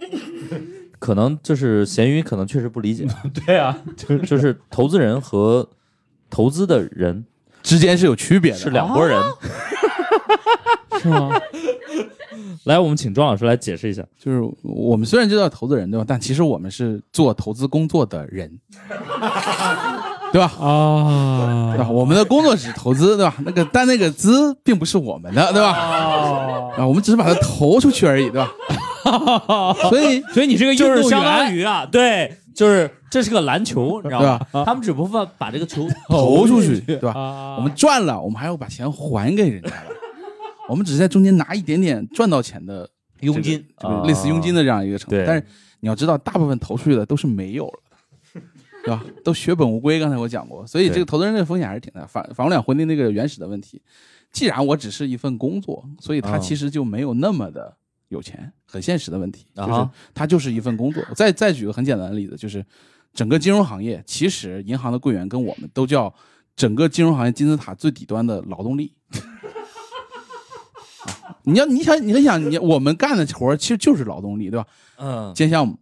Speaker 2: 可能就是咸鱼可能确实不理解，
Speaker 4: 对啊，
Speaker 2: 就是投资人和投资的人
Speaker 3: 之间是有区别的。啊
Speaker 2: 是两拨人。
Speaker 4: 是吗？
Speaker 2: 来，我们请庄老师来解释一下。
Speaker 3: 就是我们虽然知道投资人对吧，但其实我们是做投资工作的人，对吧？
Speaker 4: 啊
Speaker 2: 哦
Speaker 3: 对，吧？我们的工作只是投资，对吧？那个但那个资并不是我们的，对吧？
Speaker 4: 哦，
Speaker 3: 啊，我们只是把它投出去而已，对吧？ 所以
Speaker 4: 所以你是个运
Speaker 2: 就是
Speaker 4: 动
Speaker 2: 相当
Speaker 4: 员，
Speaker 2: 于啊，对，就是这是个篮球，你知道吗？他们只不过把这个球
Speaker 3: 啊投出去，
Speaker 2: 去。
Speaker 3: 对吧？
Speaker 4: 啊
Speaker 3: 我们赚了，我们还要把钱还给人家了。 我们只是在中间拿一点点赚到钱的佣
Speaker 2: 金
Speaker 3: 就是类似佣金的这样一个程度
Speaker 2: 啊对。
Speaker 3: 但是你要知道，大部分投出去的都是没有了的，对吧？都血本无归。刚才我讲过，所以
Speaker 2: 对
Speaker 3: 这个投资人的风险还是挺大。反反过来回到那个原始的问题，既然我只是一份工作，所以它
Speaker 2: 嗯
Speaker 3: 其实就没有那么的有钱，很现实的问题，就
Speaker 2: 啊
Speaker 3: 是
Speaker 2: 哈
Speaker 3: 它就是一份工作。再再举个很简单的例子，就是整个金融行业，其实银行的柜员跟我们都叫整个金融行业金字塔最底端的劳动力。啊你要你想你很想你我们干的活儿其实就是劳动力，对吧？
Speaker 2: 嗯
Speaker 3: 接项目，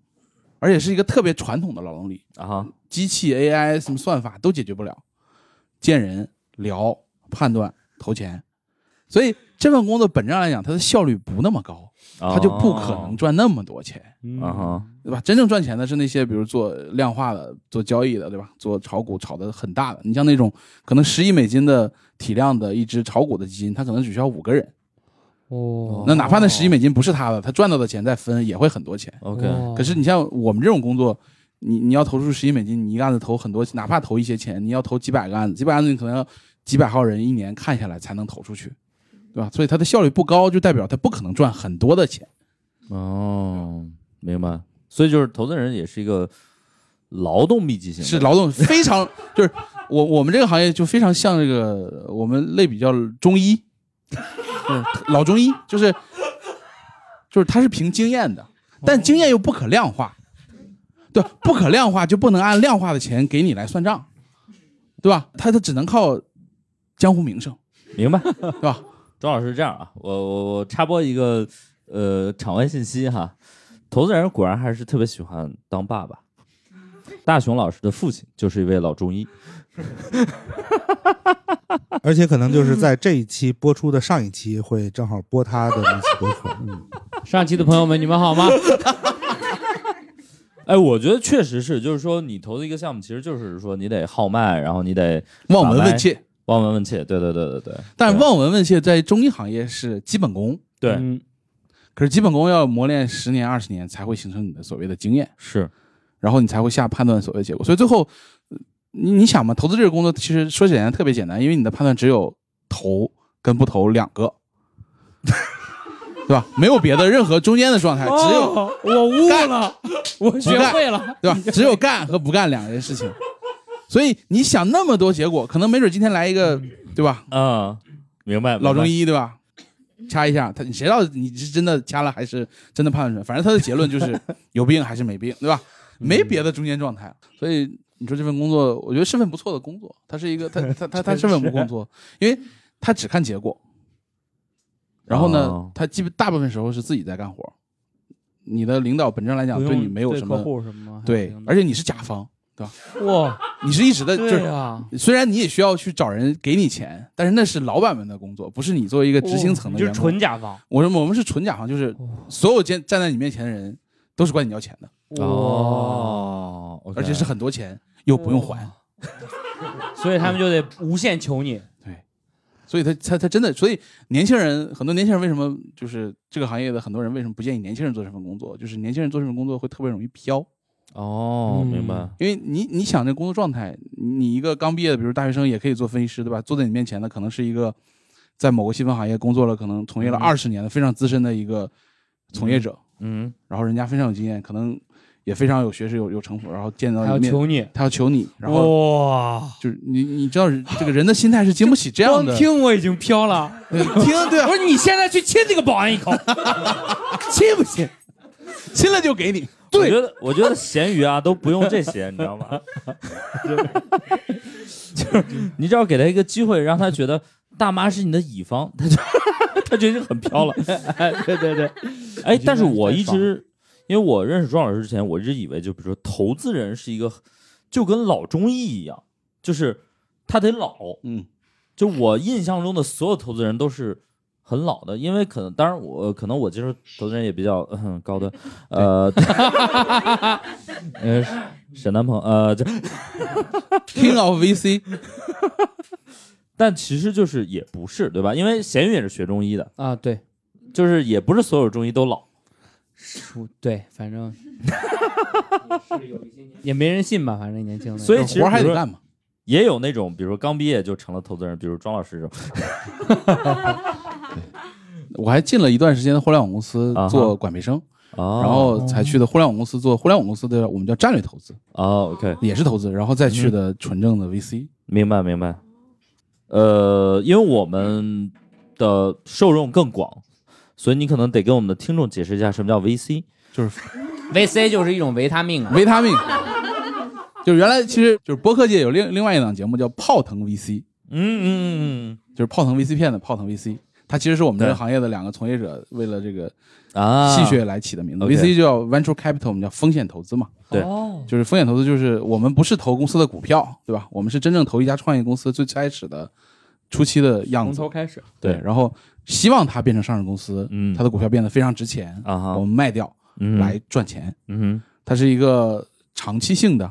Speaker 3: 而且是一个特别传统的劳动力，
Speaker 2: 啊哈，
Speaker 3: 机器 AI 什么算法都解决不了，见人聊判断投钱，所以这份工作本质上来讲，它的效率不那么高，
Speaker 1: 哦
Speaker 3: 它就不可能赚那么多钱。
Speaker 4: 嗯
Speaker 2: 啊哈，
Speaker 3: 对吧？真正赚钱的是那些，比如做量化的、做交易的，对吧？做炒股炒的很大的，你像那种可能十亿美金的体量的一只炒股的基金，它可能只需要五个人，
Speaker 4: 哦，
Speaker 3: 那哪怕那十亿美金不是他的，他赚到的钱再分也会很多钱。
Speaker 2: OK，
Speaker 4: 哇
Speaker 3: 可是你像我们这种工作，你你要投出十亿美金，你一个案子投很多，哪怕投一些钱，你要投几百个案子，几百个案子你可能要几百号人一年看下来才能投出去，对吧？所以它的效率不高，就代表它不可能赚很多的钱。
Speaker 2: 哦，
Speaker 1: 明白。所以就是投资人也是一个劳动密集型的，
Speaker 3: 是劳动非常就是我我们这个行业就非常像这个我们类比叫中医，嗯，老中医就是就是他是凭经验的，但经验又不可量化，对，不可量化就不能按量化的钱给你来算账，对吧？他他只能靠江湖名声，
Speaker 1: 明白，
Speaker 3: 对 吧？
Speaker 1: 庄老师这样啊，我我我插播一个呃场外信息哈，投资人果然还是特别喜欢当爸爸。大雄老师的父亲就是一位老中医，
Speaker 8: 而且可能就是在这一期播出的上一期会正好播他的那期播客。嗯，
Speaker 5: 上期的朋友们，你们好吗？
Speaker 1: 哎，我觉得确实是，就是说你投资一个项目，其实就是说你得号脉，然后你得
Speaker 3: 望闻问切，
Speaker 1: 望闻问切，对对对对对。
Speaker 3: 但是望闻问切在中医行业是基本功，
Speaker 1: 对。
Speaker 5: 嗯、
Speaker 3: 可是基本功要磨练十年二十年才会形成你的所谓的经验，
Speaker 1: 是，
Speaker 3: 然后你才会下判断所谓的结果。所以最后，你你想嘛，投资这个工作其实说简单特别简单，因为你的判断只有投跟不投两个。对吧？没有别的任何中间的 状态，哎只有、
Speaker 5: 哦、我悟了，我学会了，
Speaker 3: 对吧？只有干和不干两件事情，所以你想那么多结果，可能没准今天来一个，对吧？
Speaker 1: 嗯，明
Speaker 2: 啊
Speaker 1: 白。
Speaker 3: 老中医对吧？掐一下他，你谁知道你是真的掐了还是真的判断出来？反正他的结论就是 有病还是没病，对吧？没别的中间状态，所以你说这份工作，我觉得是份不错的工作。它是一个，它它它它是份不工作，因为他只看结果。然后呢，
Speaker 1: 哦
Speaker 3: 他基本大部分时候是自己在干活，你的领导本质上来讲对你没有什
Speaker 5: 客
Speaker 3: 么
Speaker 5: 户什么
Speaker 3: 对，而且你是甲方，对吧？
Speaker 5: 且哇，
Speaker 3: 你是一直的，就
Speaker 5: 对
Speaker 3: 是
Speaker 5: 啊，
Speaker 3: 虽然你也需要去找人给你钱，但是那是老板们的工作，不是你作为一个执行层
Speaker 5: 哦
Speaker 3: 的
Speaker 5: 就
Speaker 3: 员
Speaker 5: 是
Speaker 3: 工。
Speaker 5: 纯哦甲方
Speaker 3: 我说我们是纯甲方，就是所有站站在你面前的人都是管你要钱的，
Speaker 1: 哦，OK，
Speaker 3: 而且是很多钱又不用
Speaker 5: 哦
Speaker 3: 还，
Speaker 5: 所以他们就得无限求你。
Speaker 3: 所以他他他真的，所以年轻人很多年轻人为什么就是这个行业的很多人为什么不建议年轻人做这份工作？就是年轻人做这份工作会特别容易飘。
Speaker 1: 哦，明白。
Speaker 3: 因为你你想这工作状态，你一个刚毕业的，比如大学生也可以做分析师，对吧？坐在你面前的可能是一个在某个细分行业工作了，可能从业了二十年的非常资深的一个从业者，
Speaker 1: 嗯，
Speaker 3: 然后人家非常有经验，可能也非常有学识、有有城府，然后见嗯到
Speaker 5: 还要
Speaker 3: 你面，
Speaker 5: 求你，
Speaker 3: 他要求你，然
Speaker 1: 哦
Speaker 3: 后
Speaker 5: 哇！
Speaker 3: 就是你你知道这个人的心态是经不起这样
Speaker 5: 光
Speaker 3: 的，
Speaker 5: 听我已经飘 了。
Speaker 3: 对听对、啊
Speaker 5: 我，说你现在去亲这个保安一口，
Speaker 3: 亲不亲？亲了就给你，
Speaker 1: 我觉得我觉得咸鱼啊都不用这些，你知道 吗？ 就是你只要给他一个机会，让他觉得大妈是你的乙方，他就他就已经很飘了。
Speaker 5: 哎， 对对对，
Speaker 1: 哎，
Speaker 5: 经
Speaker 1: 但是
Speaker 5: 让你
Speaker 1: 我
Speaker 5: 太
Speaker 1: 一
Speaker 5: 爽
Speaker 1: 直，因为我认识庄老师之前，我一直以为就比如说投资人是一个，就跟老中医一样，就是他得老。
Speaker 3: 嗯，
Speaker 1: 就我印象中的所有投资人都是很老的，因为可能当然我可能我接触投资人也比较、嗯、高端，呃，呃，沈南鹏，呃，这
Speaker 3: King of VC，
Speaker 1: 但其实就是也不是对吧？因为咸鱼也是学中医的，
Speaker 5: 啊，对，
Speaker 1: 就是也不是所有中医都老。
Speaker 5: 我对，反正 也没人信吧，反正年轻的，
Speaker 1: 所以其实
Speaker 3: 活儿还
Speaker 1: 比如
Speaker 3: 得
Speaker 1: 说
Speaker 3: 干嘛？
Speaker 1: 也有那种，比如说刚毕业就成了投资人，比如庄老师这种。
Speaker 3: 我还进了一段时间的互联网公司
Speaker 1: 啊哈
Speaker 3: 做管培生，
Speaker 1: 哦
Speaker 3: 然后才去的互联网公司做互联网公司的我们叫战略投资。
Speaker 1: 哦，OK，
Speaker 3: 也是投资，然后再去
Speaker 1: 嗯
Speaker 3: 的纯正的 VC。
Speaker 1: 明白明白。呃，因为我们的受众更广，所以你可能得跟我们的听众解释一下什么叫 VC。
Speaker 5: VC 就是一种维他命啊，
Speaker 3: 维他命，就是原来其实就是播客界有另另外一档节目叫泡腾 VC，
Speaker 1: 嗯嗯
Speaker 3: 就是泡腾 VC 片的泡腾 VC。它其实是我们这个
Speaker 1: 对
Speaker 3: 行业的两个从业者为了这个
Speaker 1: 嗯啊，
Speaker 3: 戏谑来起的名字。
Speaker 1: OK
Speaker 3: VC 就叫 venture capital，我们叫风险投资嘛。
Speaker 1: 对
Speaker 5: 哦，
Speaker 3: 就是风险投资，就是我们不是投公司的股票，对吧？我们是真正投一家创业公司最开始的初期的样
Speaker 5: 从
Speaker 3: 子
Speaker 5: 头。开始，
Speaker 1: 对
Speaker 3: 然后希望它变成上市公司，
Speaker 1: 嗯
Speaker 3: 它的股票变得非常值钱，
Speaker 1: 啊哈
Speaker 3: 我们卖掉
Speaker 1: 嗯
Speaker 3: 来赚钱。
Speaker 1: 嗯
Speaker 3: 它是一个长期性的，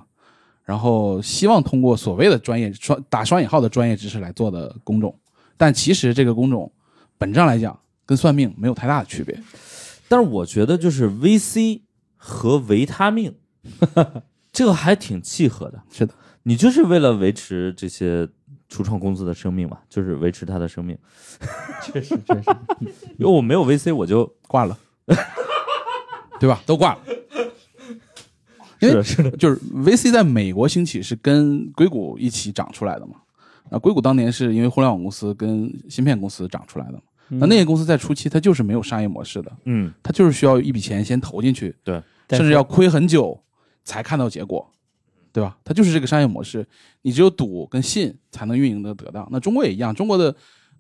Speaker 3: 然后希望通过所谓的专业双打双引号的专业知识来做的工种，但其实这个工种本质上来讲跟算命没有太大的区别。
Speaker 1: 哼，但是我觉得就是 VC 和维他 命，这个还挺契合的。
Speaker 3: 是的，
Speaker 1: 你就是为了维持这些初创公司的生命嘛，就是维持它的生命。
Speaker 5: 确实确实，
Speaker 1: 因为我没有 VC，我就
Speaker 3: 挂了，对吧？都挂了，
Speaker 2: 是
Speaker 3: 因为
Speaker 2: 的，是的，
Speaker 3: 就是 VC 在美国兴起是跟硅谷一起长出来的嘛。那硅谷当年是因为互联网公司跟芯片公司长出来的嘛。那那些公司在初期它就是没有商业模式的，
Speaker 2: 嗯，
Speaker 3: 它就是需要一笔钱先投进去，
Speaker 2: 对，
Speaker 3: 甚至要亏很久才看到结果，对吧？它就是这个商业模式，你只有赌跟信才能运营的得当。那中国也一样，中国的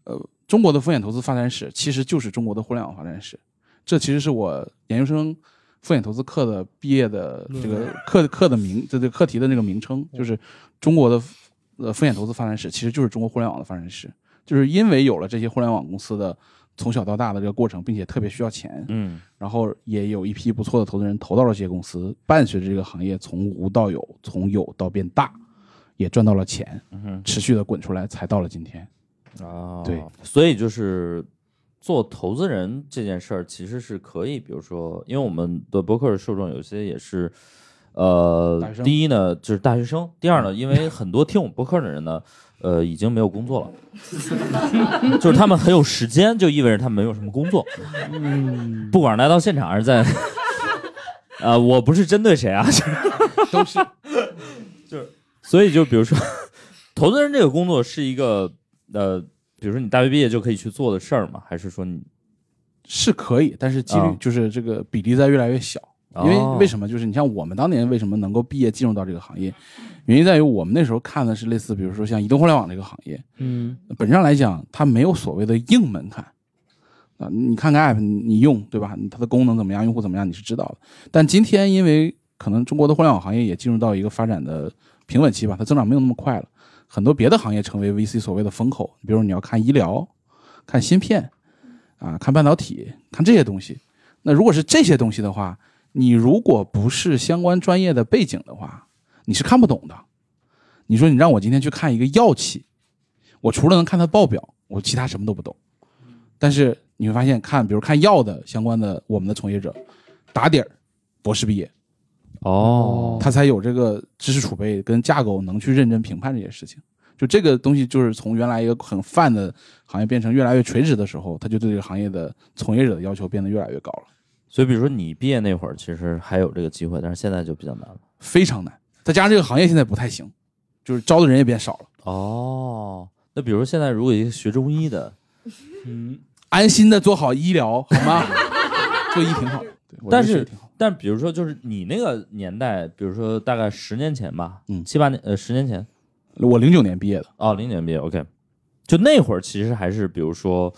Speaker 3: 呃，中国的风险投资发展史其实就是中国的互联网发展史，这其实是我研究生风险投资课的毕业的这个课课的名，这这课题的那个名称就是中国的呃风险投资发展史，其实就是中国互联网的发展史，就是因为有了这些互联网公司的从小到大的这个过程，并且特别需要钱，
Speaker 2: 嗯，
Speaker 3: 然后也有一批不错的投资人投到了这些公司，伴随着这个行业从无到有，从有到变大，也赚到了钱，持续的滚出来，才到了今天。
Speaker 2: 啊，
Speaker 3: 对，
Speaker 2: 所以就是做投资人这件事儿，其实是可以，比如说，因为我们的博客的受众有些也是，呃
Speaker 3: 大学，生嗯
Speaker 2: 第一呢就是大学生，第二呢，因为很多听我们博客的人呢，呃，已经没有工作了， 就是他们很有时间，就意味着他们没有什么工作，嗯，不管是来到现场还是 在，呃，我不是针对谁啊，就是
Speaker 3: 都是
Speaker 2: 所 以就比如说，投资人这个工作是一个呃，比如说你大学毕业就可以去做的事儿吗？还是说你
Speaker 3: 是可以，但是几率
Speaker 2: 啊
Speaker 3: 就是这个比例在越来越小。因为为什么？就是你像我们当年为什么能够毕业进入到这个行业，原因在于我们那时候看的是类似，比如说像移动互联网这个行业，
Speaker 5: 嗯
Speaker 3: 本质上来讲，它没有所谓的硬门槛啊。你看看 app，你你用对吧？你它的功能怎么样，用户怎么样，你是知道的。但今天因为可能中国的互联网行业也进入到一个发展的平稳期吧，它增长没有那么快了，很多别的行业成为 VC 所谓的风口，比如你要看医疗、看芯片啊、看半导体、看这些东西。那如果是这些东西的话，你如果不是相关专业的背景的话，你是看不懂的。你说你让我今天去看一个药企，我除了能看它报表，我其他什么都不懂。但是你会发现，看比如看药的相关的我们的从业者，打底儿，博士毕业，
Speaker 2: 哦
Speaker 3: 他才有这个知识储备跟架构，能去认真评判这些事情。就这个东西，就是从原来一个很泛的行业变成越来越垂直的时候，他就对这个行业的从业者的要求变得越来越高了，
Speaker 2: 所以比如说你毕业那会儿其实还有这个机会，但是现在就比较难了。
Speaker 3: 非常难。再加上这个行业现在不太行，就是招的人也变少了。
Speaker 2: 哦，那比如说现在如果一个学中医的，
Speaker 5: 嗯，
Speaker 3: 安心的做好医疗，好吗？ 做医挺好，对，我觉得
Speaker 2: 但
Speaker 3: 是
Speaker 2: 是
Speaker 3: 挺好。
Speaker 2: 但比如说就是你那个年代，比如说大概十年前吧，
Speaker 3: 嗯
Speaker 2: 七八年呃十年前
Speaker 3: 我零九年毕业的，
Speaker 2: 哦零年毕业，OK，就那会儿其实还是比如说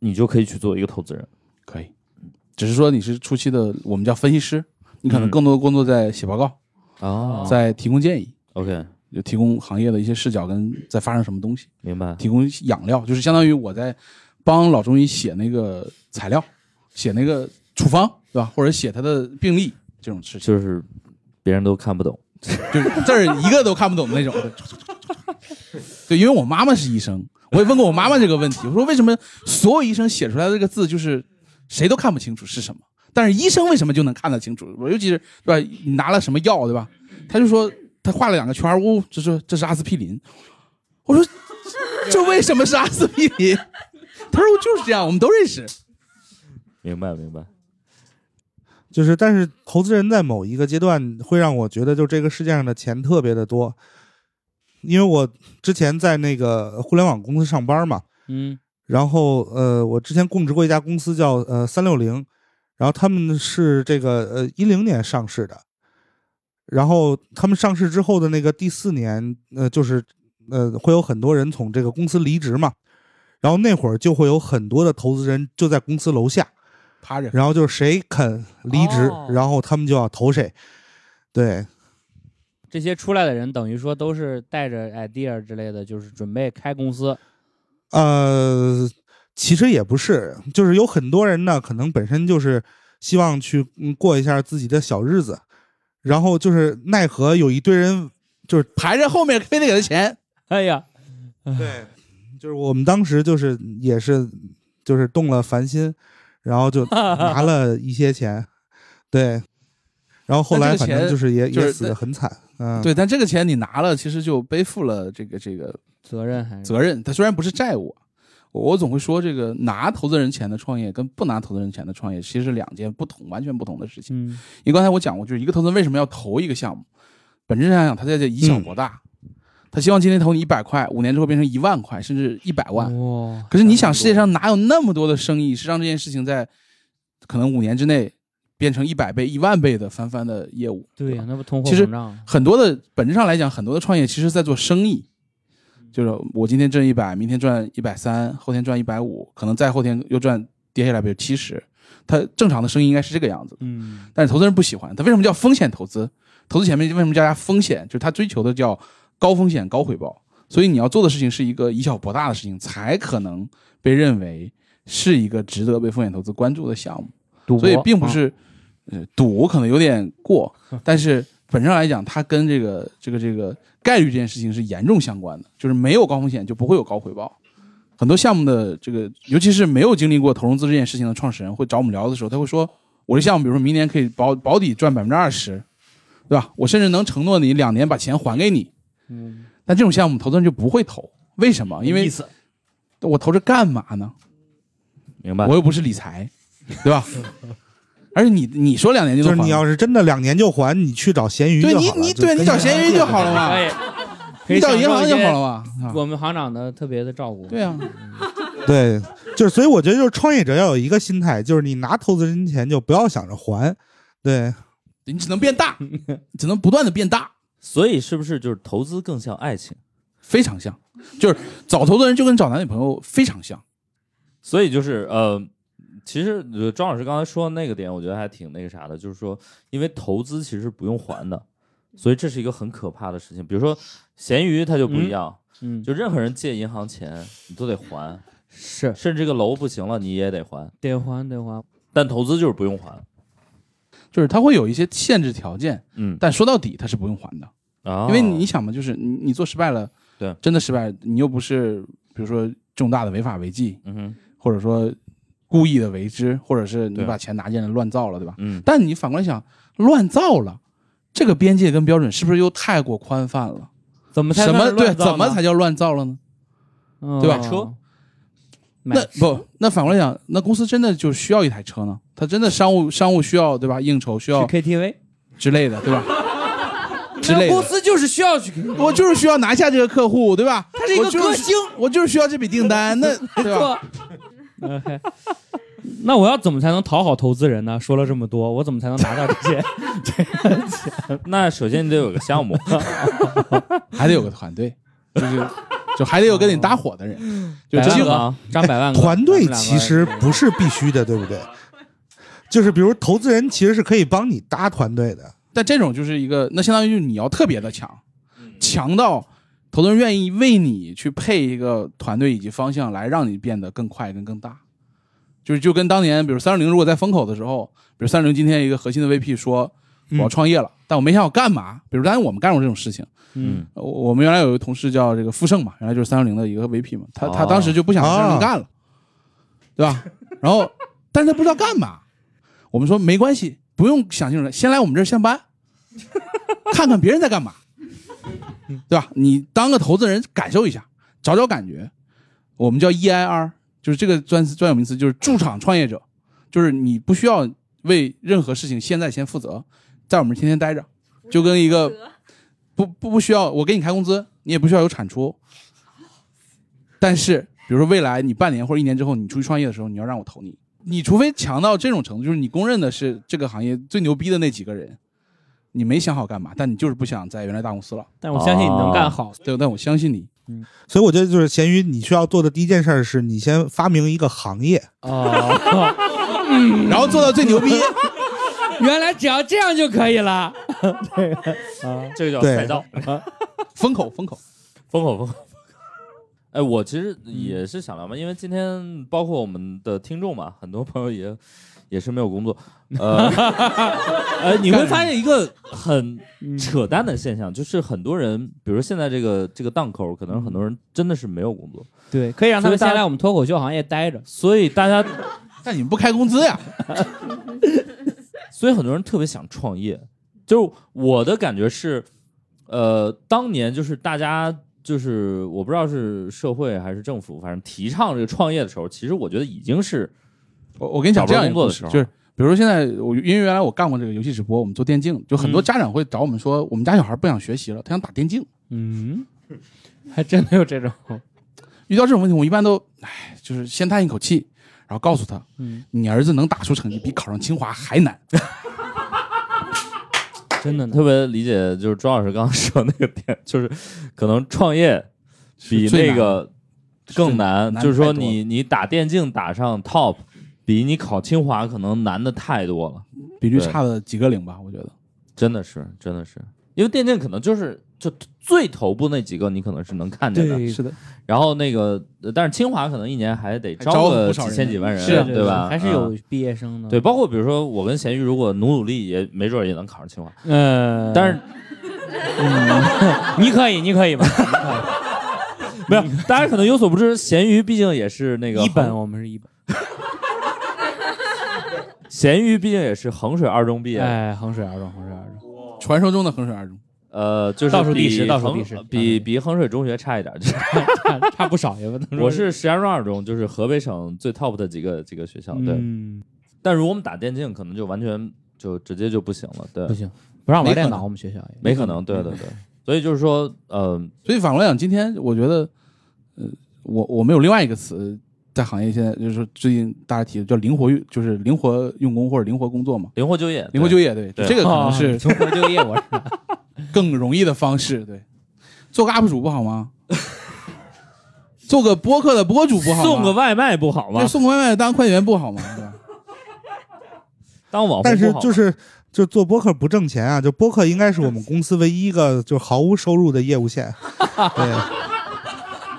Speaker 2: 你就可以去做一个投资人，
Speaker 3: 可以，只是说你是初期的，我们叫分析师，你可能
Speaker 2: 嗯
Speaker 3: 更多的工作在写报告，
Speaker 1: 啊
Speaker 2: 哦
Speaker 3: 在提供建议，
Speaker 2: OK
Speaker 3: 就提供行业的一些视角跟在发生什么东西，
Speaker 2: 明白。
Speaker 3: 提供养料，就是相当于我在帮老中医写那个材料，写那个处方，对吧？或者写他的病历这种事情，
Speaker 2: 就是别人都看不懂。
Speaker 3: 就是字儿一个都看不懂的那 种。对，因为我妈妈是医生，我也问过我妈妈这个问题，我说为什么所有医生写出来的这个字就是谁都看不清楚是什么，但是医生为什么就能看得清楚？我尤其是对吧，你拿了什么药对吧？他就说他画了两个圈儿，哦，这是这是阿司匹林。 我说这为什么是阿司匹林？他说就是这样，我们都认识。
Speaker 2: 明白，明白。
Speaker 8: 就是，但是投资人在某一个阶段会让我觉得，就这个世界上的钱特别的多，因为我之前在那个互联网公司上班嘛，
Speaker 5: 嗯
Speaker 8: 然后呃，我之前供职过一家公司叫呃三六零，然后他们是这个呃一零年上市的，然后他们上市之后的那个第四年，呃，就是呃会有很多人从这个公司离职嘛，然后那会儿就会有很多的投资人就在公司楼下，
Speaker 3: 趴着，
Speaker 8: 然后就是谁肯离职，
Speaker 5: 哦
Speaker 8: 然后他们就要投谁。对，
Speaker 5: 这些出来的人等于说都是带着 idea 之类的，就是准备开公司。
Speaker 8: 呃，其实也不是，就是有很多人呢，可能本身就是希望去、嗯、过一下自己的小日子，然后就是奈何有一堆人，
Speaker 3: 排着后面非得给他钱，
Speaker 5: 哎呀，
Speaker 8: 对，就是我们当时就是也是就是动了凡心，然后就拿了一些钱， 对，然后后
Speaker 3: 那
Speaker 8: 来
Speaker 3: 这个
Speaker 8: 反正
Speaker 3: 钱
Speaker 8: 就是也、
Speaker 3: 就是
Speaker 8: 也死的很惨，嗯，
Speaker 3: 对，但这个钱你拿了，其实就背负了这个这个
Speaker 5: 责任还是
Speaker 3: 责任，它虽然不是债务，我我总会说这个拿投资人钱的创业跟不拿投资人钱的创业其实是两件不同完全不同的事情。
Speaker 5: 嗯
Speaker 3: 因为刚才我讲过，就是一个投资人为什么要投一个项目，本质上讲他在这以小
Speaker 5: 嗯
Speaker 3: 博大，他希望今天投你一百块，五年之后变成一万块，甚至一百万。
Speaker 5: 嗯哇，
Speaker 3: 可是你想，世界上哪有那么多的生意是让这件事情在可能五年之内变成一百倍、一万倍的翻番的业务？
Speaker 5: 对啊呀，那不通货
Speaker 3: 其实
Speaker 5: 膨胀？
Speaker 3: 很多的本质上来讲，很多的创业其实在做生意，就是我今天挣一百，明天赚一百三，后天赚一百五，可能再后天又赚跌下来，比如七十。它正常的生意应该是这个样子的，
Speaker 5: 嗯
Speaker 3: 但是投资人不喜欢。他为什么叫风险投资？投资前面为什么叫它风险？就是他追求的叫高风险高回报。所以你要做的事情是一个以小博大的事情，才可能被认为是一个值得被风险投资关注的项目。
Speaker 5: 赌
Speaker 3: 所以
Speaker 5: 博啊
Speaker 3: 并不是，呃，赌可能有点 过，但是本质上来讲，它跟这个这个这个概率这件事情是严重相关的，就是没有高风险就不会有高回报。很多项目的这个，尤其是没有经历过投融资这件事情的创始人，会找我们聊的时候，他会说，我这项目，比如说明年可以保保底赚百分之二十，对吧？我甚至能承诺你两年把钱还给你。
Speaker 5: 嗯
Speaker 3: 但这种项目投资人就不会投，为什么？因为我投这干嘛呢？
Speaker 1: 明白
Speaker 3: 我？又不是 理财，对吧？而且你你说两年就
Speaker 8: 就
Speaker 3: 能
Speaker 8: 是
Speaker 3: 还完，
Speaker 8: 你要是真的两年就还，你去找闲鱼就
Speaker 3: 对
Speaker 8: 好
Speaker 3: 你
Speaker 8: 了
Speaker 3: 你
Speaker 8: 就
Speaker 3: 对你
Speaker 8: 跟
Speaker 3: 找闲鱼就好了嘛，
Speaker 5: 以，哎可
Speaker 3: 你
Speaker 5: 以
Speaker 3: 找
Speaker 5: 享
Speaker 3: 银
Speaker 5: 受
Speaker 3: 行
Speaker 5: 一
Speaker 3: 就好
Speaker 5: 些
Speaker 3: 了嘛。啊
Speaker 5: 我们行长的特别的照顾。
Speaker 3: 对啊，
Speaker 8: 对，就是所以我觉得就是创业者要有一个心态，就是你拿投资人钱就不要想着还，对，
Speaker 3: 你只能变大，只能不断的变大，
Speaker 1: 所以是不是就是投资更像爱情？
Speaker 3: 非常像，就是找投资人就跟找男女朋友非常像。
Speaker 1: 所以就是呃，其实呃庄老师刚才说的那个点，我觉得还挺那个啥的，就是说，因为投资其实是不用还的，所以这是一个很可怕的事情。比如说闲鱼，它就不一样，
Speaker 5: 嗯，
Speaker 1: 就任何人借银行钱，你都得还，
Speaker 5: 是
Speaker 1: 甚至这个楼不行了，你也得还。
Speaker 5: 得还得还。
Speaker 1: 但投资就是不用还
Speaker 3: 就是它会有一些限制条件，
Speaker 1: 嗯
Speaker 3: 但说到底它是不用还的，
Speaker 1: 啊
Speaker 3: 因为你想嘛，就是你你做失败了，
Speaker 1: 对
Speaker 3: 真的失败，你又不是比如说重大的违法违纪，
Speaker 1: 嗯哼
Speaker 3: 或者说故意的为之，或者是你
Speaker 1: 对
Speaker 3: 把钱拿进来乱造了，对吧？
Speaker 1: 嗯
Speaker 3: 但你反过来想，乱造了，这个边界跟标准是不是又太过宽泛了？
Speaker 5: 怎么才
Speaker 3: 什么
Speaker 5: 算是
Speaker 3: 对？
Speaker 5: 乱造
Speaker 3: 怎么
Speaker 5: 呢
Speaker 3: 才叫乱造了呢？
Speaker 5: 嗯
Speaker 3: 对吧
Speaker 1: 车
Speaker 5: 买
Speaker 3: 那不，那反过来讲，那公司真的就需要一台车呢？它真的商务商务需要对吧？应酬需要
Speaker 5: 去 KTV
Speaker 3: 之类的，对吧？之类的，
Speaker 5: 司就是需要去 KTV，
Speaker 3: 我就是需要拿下这个客户，对吧？
Speaker 5: 它是一个
Speaker 3: 我就是
Speaker 5: 歌星
Speaker 3: 我就是需要这笔订 单，那对吧？
Speaker 5: OK，那我要怎么才能讨好投资人呢？说了这么多，我怎么才能拿到这些？
Speaker 1: 那首先你得有个项目，
Speaker 3: 还得有个团队，就是就还得有跟你搭伙的人， 就
Speaker 5: 百
Speaker 3: 这
Speaker 5: 万
Speaker 3: 就
Speaker 5: 个啊，张百万个
Speaker 8: 团队
Speaker 5: 咱们两个
Speaker 8: 其实不是必须的，对不对？就是比如投资人其实是可以帮你搭团队的，
Speaker 3: 但这种就是一个，那相当于就是你要特别的强，强到投资人愿意为你去配一个团队以及方向，来让你变得更快、跟更大。就是就跟当年，比如三六零如果在风口的时候，比如三六零今天一个核心的 VP 说我
Speaker 8: 嗯
Speaker 3: 要创业了，但我没想好干嘛。比如当然我们干过这种事情，
Speaker 5: 嗯，
Speaker 3: 我我们原来有一个同事叫这个傅盛嘛，原来就是三六零的一个 VP 嘛，他他
Speaker 1: 哦
Speaker 3: 当时就不想在三六零干了，对吧？然后，但是他不知道干嘛，我们说没关系，不用想清楚，先来我们这儿上班，看看别人在干嘛，对吧？你当个投资人感受一下，找找感觉。我们叫 EIR，就是这个专专有名词，就是驻场创业者，就是你不需要为任何事情现在先负责，在我们这儿天天待着，就跟一个不不不需要我给你开工资，你也不需要有产出。但是，比如说未来你半年或者一年之后，你出去创业的时候，你要让我投你，你除非强到这种程度，就是你公认的是这个行业最牛逼的那几个人，你没想好干嘛，但你就是不想在原来大公司了。
Speaker 5: 但是我相信你能干好。
Speaker 3: 对，但我相信你。
Speaker 8: 所以我觉得就是闲鱼你需要做的第一件事儿是你先发明一个行业，
Speaker 5: 哦，
Speaker 3: 然后做到最牛逼，
Speaker 5: 原来只要这样就可以了。
Speaker 1: 这个叫
Speaker 8: 对
Speaker 1: 赛道。
Speaker 3: 风口风口。
Speaker 1: 风口风口。 哎，我其实也是想聊嘛，因为今天包括我们的听众嘛，很多朋友也 也是没有工作，呃，呃，你会发现一个很扯淡的现象，就是很多人，比如说现在这个这个档口，可能很多人真的是没有工作，
Speaker 5: 对，可以让他们
Speaker 1: 所以大家
Speaker 5: 先来我们脱口秀行业待着。
Speaker 1: 所以大家，
Speaker 3: 但你们不开工资呀？
Speaker 1: 所以很多人特别想创业，就是我的感觉是，呃，当年就是大家
Speaker 2: 就是我不知道是社会还是政府，反正提倡这个创业的时候，其实我觉得已经是
Speaker 3: 我我跟你讲
Speaker 2: 找不
Speaker 3: 这
Speaker 2: 着
Speaker 3: 样一个
Speaker 2: 工作
Speaker 3: 故
Speaker 2: 的
Speaker 3: 事
Speaker 2: 时，
Speaker 3: 啊
Speaker 2: 候
Speaker 3: 就是比如说现在我因为原来我干过这个游戏直播，我们做电竞，就很
Speaker 2: 嗯
Speaker 3: 多家长会找我们说，我们家小孩不想学习了，他想打电竞。
Speaker 5: 嗯，还真的有这种，
Speaker 3: 遇到这种问题，我一般都唉，就是先叹一口气，然后告诉他，
Speaker 5: 嗯，
Speaker 3: 你儿子能打出成绩比考上清华还难。
Speaker 5: 真的呢。
Speaker 2: 特别理解，就是庄老师刚刚说那个点，就是可能创业比
Speaker 3: 最
Speaker 2: 那
Speaker 3: 难
Speaker 2: 个更难，
Speaker 3: 难
Speaker 2: 就是说
Speaker 3: 太多了
Speaker 2: 你你打电竞打上 top，比你考清华可能难的太多了，
Speaker 3: 比率
Speaker 2: 对
Speaker 3: 差了几个零吧，我觉得。
Speaker 2: 真的是真的是，因为电竞可能就是就最头部那几个你可能是能看见的，
Speaker 5: 对啊
Speaker 3: 是的，
Speaker 2: 然后那个呃但是清华可能一年还得
Speaker 3: 还招
Speaker 2: 个
Speaker 3: 不少
Speaker 2: 几
Speaker 3: 人
Speaker 2: 千
Speaker 3: 呢
Speaker 2: 几万人，
Speaker 3: 是啊
Speaker 2: 对吧？
Speaker 5: 还是
Speaker 2: 嗯
Speaker 5: 有毕业生的，
Speaker 2: 对，包括比如说我跟咸鱼，如果努努力，也没准儿也能考上清华。
Speaker 5: 呃，
Speaker 2: 但 是
Speaker 5: 你可以，你可以吧？
Speaker 2: 没有，大家可能有所不知，咸鱼毕竟也是那个
Speaker 5: 一本
Speaker 2: 衡，
Speaker 5: 我们是一本，
Speaker 2: 咸鱼毕竟也是衡水二中毕业的，
Speaker 5: 哎，衡水二中，衡水二中，
Speaker 3: 传说中的衡水二中，
Speaker 2: 呃，就是
Speaker 5: 倒数
Speaker 2: 比
Speaker 5: 第十倒数
Speaker 2: 衡
Speaker 5: 第十
Speaker 2: 比比衡水中学差一点儿。就是
Speaker 5: 差 差不少，也不能说
Speaker 2: 我是石家庄二中，就是河北省最 top 的几个几个学校。对，
Speaker 5: 嗯，
Speaker 2: 但如果我们打电竞，可能就完全就直接就不行了。对
Speaker 5: 不，行，不让玩
Speaker 3: 没可
Speaker 5: 电
Speaker 3: 能
Speaker 5: 脑，我们学校也
Speaker 2: 没可能。对对对，所以就是说，呃，
Speaker 3: 所以反过来讲，今天我觉得，呃，我我们有另外一个词，在行业现在就是说最近大家提的叫灵活运，就是灵活用工或者灵活工作嘛，
Speaker 2: 灵活就业，
Speaker 3: 灵活
Speaker 2: 对
Speaker 3: 就业，对，
Speaker 2: 对
Speaker 3: 这个可能
Speaker 5: 哦
Speaker 3: 是
Speaker 5: 灵活就业，我是
Speaker 3: 更容易的方
Speaker 2: 啊
Speaker 3: 式，对，做个 UP 主不好吗？ 做个播客的博主不好吗？
Speaker 2: 送个外卖不好吗
Speaker 3: 对，？送个外卖当快递员不 好吗？对吧
Speaker 2: 当网红
Speaker 8: 但是
Speaker 2: 不好吗
Speaker 8: 就是就做播客不挣钱啊，就播客应该是我们公司唯一一个就毫无收入的业务线。对，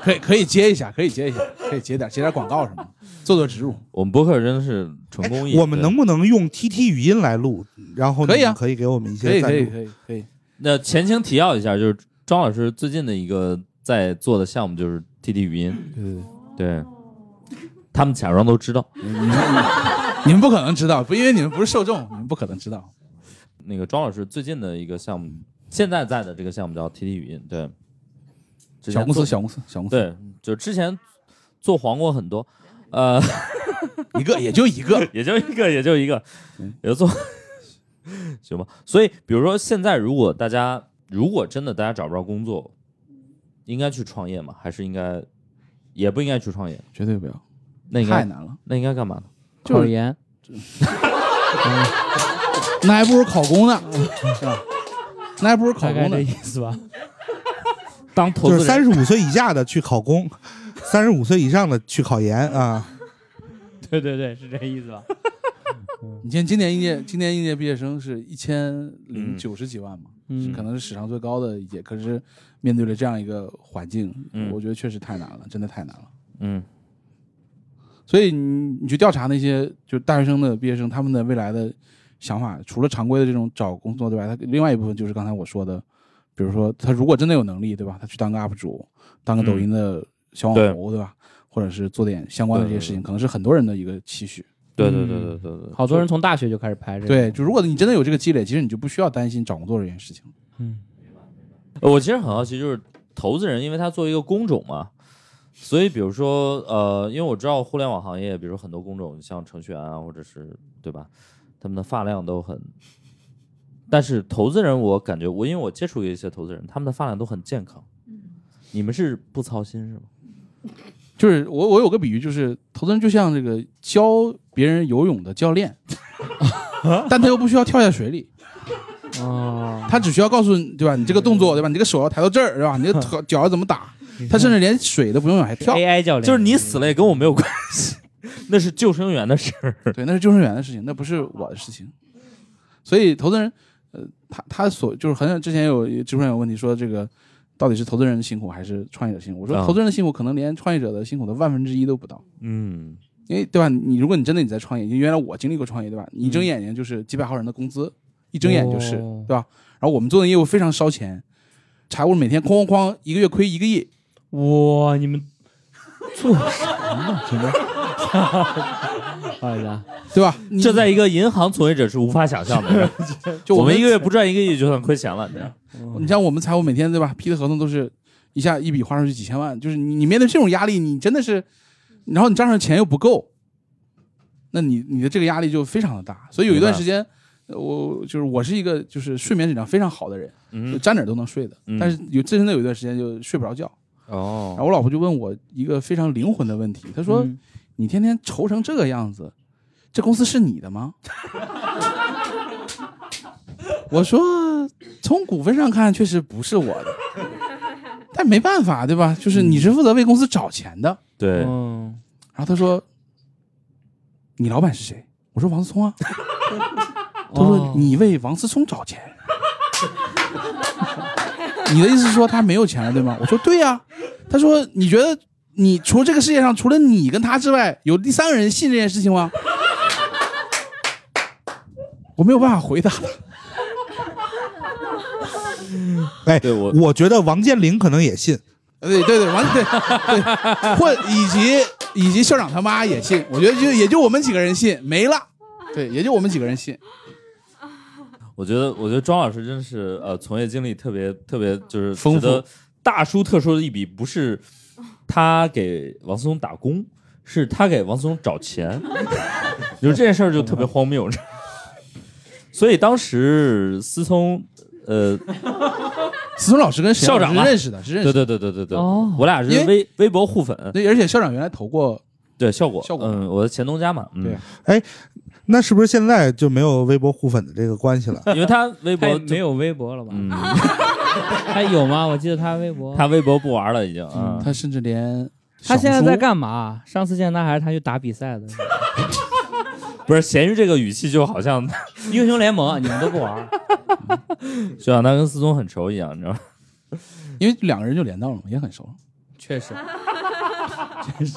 Speaker 3: 可以可以接一下，可以接一下，可以接点接点广告什么的，做做植入。
Speaker 2: 我们博客真的是纯公益。
Speaker 8: 我们
Speaker 2: 对
Speaker 8: 能不能用 TT 语音来录？然后你
Speaker 3: 可以啊
Speaker 8: 们可以给我们一
Speaker 3: 可以
Speaker 8: 些赞
Speaker 3: 可以
Speaker 8: 助。
Speaker 3: 可以可以，
Speaker 2: 那前情提要一下，就是庄老师最近的一个在做的项目就是 TT 语音，
Speaker 3: 对对对，
Speaker 2: 对，他们假装都知道。
Speaker 3: 你们不可能知道，不因为你们不是受众，你们不可能知道。
Speaker 2: 那个庄老师最近的一个项目，现在在的这个项目叫 TT 语音，对，之前
Speaker 3: 小公司
Speaker 2: 做
Speaker 3: 小公司小公司，
Speaker 2: 对，就之前做黄过很多，呃，，
Speaker 3: 一个也就一个
Speaker 2: 也就一个，也就一个，也就做，行吧。所以，比如说现在，如果大家如果真的大家找不着工作，应该去创业吗？还是应该也不应该去创业？
Speaker 3: 绝对不要，
Speaker 2: 那应
Speaker 3: 太
Speaker 2: 该
Speaker 3: 难了。
Speaker 2: 那应该干嘛呢？
Speaker 3: 就
Speaker 5: 考
Speaker 3: 是
Speaker 5: 研，
Speaker 3: 那还不如考公 呢，是吧？那还不如考
Speaker 5: 大概
Speaker 3: 公
Speaker 5: 这
Speaker 3: 呢
Speaker 5: 意。思吧。
Speaker 2: 当投
Speaker 8: 就
Speaker 2: 资人
Speaker 8: 是三十五岁以下的去考公，三十五岁以上的去考研啊。
Speaker 5: 对对对，是这意思吧？
Speaker 3: 你像今年应届今年应届毕业生是一千零九十几万嘛，是
Speaker 5: 嗯
Speaker 3: 可能是史上最高的一届。可是面对了这样一个环境，
Speaker 2: 嗯
Speaker 3: 我觉得确实太难了，真的太难了。
Speaker 2: 嗯
Speaker 3: 所以你你去调查那些就大学生的毕业生，他们的未来的想法，除了常规的这种找工作对吧？他另外一部分就是刚才我说的，比如说他如果真的有能力对吧，他去当个 UP 主，当个抖音的小网红、对吧？或者是做点相关的这些事情，可能是很多人的一个期许。
Speaker 2: 对对对对对对，
Speaker 5: 好多人从大学就开始拍这个，
Speaker 3: 对，就如果你真的有这个积累，其实你就不需要担心找工作这件事情。
Speaker 5: 嗯，
Speaker 2: 呃我其实很好奇，就是投资人，因为他作为一个工种嘛，所以比如说呃，因为我知道互联网行业，比如很多工种，像程序员啊，或者是对吧，他们的发量都很。但是投资人，我感觉我因为我接触过一些投资人，他们的发量都很健康。你们是不操心是吗？
Speaker 3: 就是我我有个比喻，就是投资人就像这个教别人游泳的教练， 但他又不需要跳下水里。
Speaker 5: 哦，
Speaker 3: 他只需要告诉你，对吧？你这个动作，对吧？你这个手要抬到这儿，对吧？你这个腿脚要怎么打？他甚至连水都不用往下跳。
Speaker 5: AI 教练嗯
Speaker 2: 就是你死了也跟我没有关系， 那是救生员的事儿。
Speaker 3: 对，那是救生员的事情，那不是我的事情。所以投资人，呃，他他所就是很之前有知乎上有问题说这个到底是投资人的辛苦还是创业者辛苦？我说
Speaker 2: 嗯
Speaker 3: 投资人的辛苦可能连创业者的辛苦的万分之一都不到，
Speaker 2: 嗯
Speaker 3: 因为对吧？你如果你真的你在创业，因为原来我经历过创业，对吧？你一睁眼睛就是几百号人的工资，一睁眼就是，
Speaker 5: 哦
Speaker 3: 对吧？然后我们做的业务非常烧钱，财务每天哐哐哐一个月亏一个亿，
Speaker 5: 哇，你们做什么？真 的，好家伙，
Speaker 3: 对吧？你
Speaker 2: 这在一个银行从业者是无法想象 的。
Speaker 3: 就
Speaker 2: 我们一个
Speaker 3: 月。
Speaker 2: 月不赚一个亿就算亏钱了，你知道吗
Speaker 3: 你像我们财务每天对吧批的合同都是一下一笔花出去几千万，就是你你面对这种压力，你真的是，然后你账上钱又不够，那你你的这个压力就非常的大。所以有一段时间，呃我就是我是一个就是睡眠质量非常好的人，就站哪儿都能睡的，
Speaker 2: 嗯
Speaker 3: 但是有真的有一段时间就睡不着觉。然后
Speaker 2: 哦，
Speaker 3: 我老婆就问我一个非常灵魂的问题，她说：“
Speaker 4: 嗯
Speaker 3: 你天天愁成这个样子，这公司是你的吗？” 我说：“从股份上看，确实不是我的，但没办法，对吧？就是你是负责为公司找钱的。
Speaker 2: 对，
Speaker 4: 嗯，”
Speaker 3: 然后她说：“你老板是谁？”我说：“王思聪啊。”她
Speaker 5: 哦
Speaker 3: 说：“你为王思聪找钱。” 你的意思是说他没有钱了，对吗？我说对呀、他说你觉得你除这个世界上除了你跟他之外，有第三个人信这件事情吗？我没有办法回答他。
Speaker 8: 哎，
Speaker 2: 对我
Speaker 8: 我觉得王健林可能也信，
Speaker 3: 呃对对对，完了对对，或以及以及校长他妈也信，我觉得就也就我们几个人信，没了。对，也就我们几个人信。
Speaker 2: 我觉得，我觉得庄老师真是呃，从业经历特别特别，就是
Speaker 3: 丰富
Speaker 2: 值得大书特书的一笔，不是他给王思聪打工，是他给王思聪找钱， 就是这件事儿就特别荒谬。 所以当时思聪，呃，
Speaker 3: 思聪老师跟沈
Speaker 2: 校
Speaker 3: 阳
Speaker 2: 长
Speaker 3: 老
Speaker 2: 嘛
Speaker 3: 师认识的，是认识
Speaker 2: 对
Speaker 3: 的。
Speaker 2: 对对对对对，
Speaker 4: 哦
Speaker 2: 我俩
Speaker 3: 因
Speaker 2: 是
Speaker 3: 为
Speaker 2: 微微博互粉，
Speaker 3: 对，而且校长原来投过，
Speaker 2: 对效果，
Speaker 3: 效果
Speaker 2: 嗯，我的前东家嘛，嗯
Speaker 3: 对啊
Speaker 8: 那是不是现在就没有微博互粉的这个关系了？
Speaker 2: 嗯因为他微
Speaker 5: 他也
Speaker 2: 博就
Speaker 5: 没，有微博了吧？
Speaker 2: 嗯，
Speaker 5: 他有吗？我记得他微博，
Speaker 2: 他微博不玩了已经，嗯，
Speaker 3: 他甚至连
Speaker 5: 他现在
Speaker 3: 小红
Speaker 5: 在
Speaker 3: 书
Speaker 5: 干嘛？上次见他还是他去打比赛的，
Speaker 2: 不是咸鱼这个语气就好像
Speaker 5: 英雄联盟啊你们都不玩儿，
Speaker 2: 就像他跟思聪很熟一样，你知道吗？
Speaker 3: 因为两个人就连到了嘛，也很熟。
Speaker 5: 确 实，确实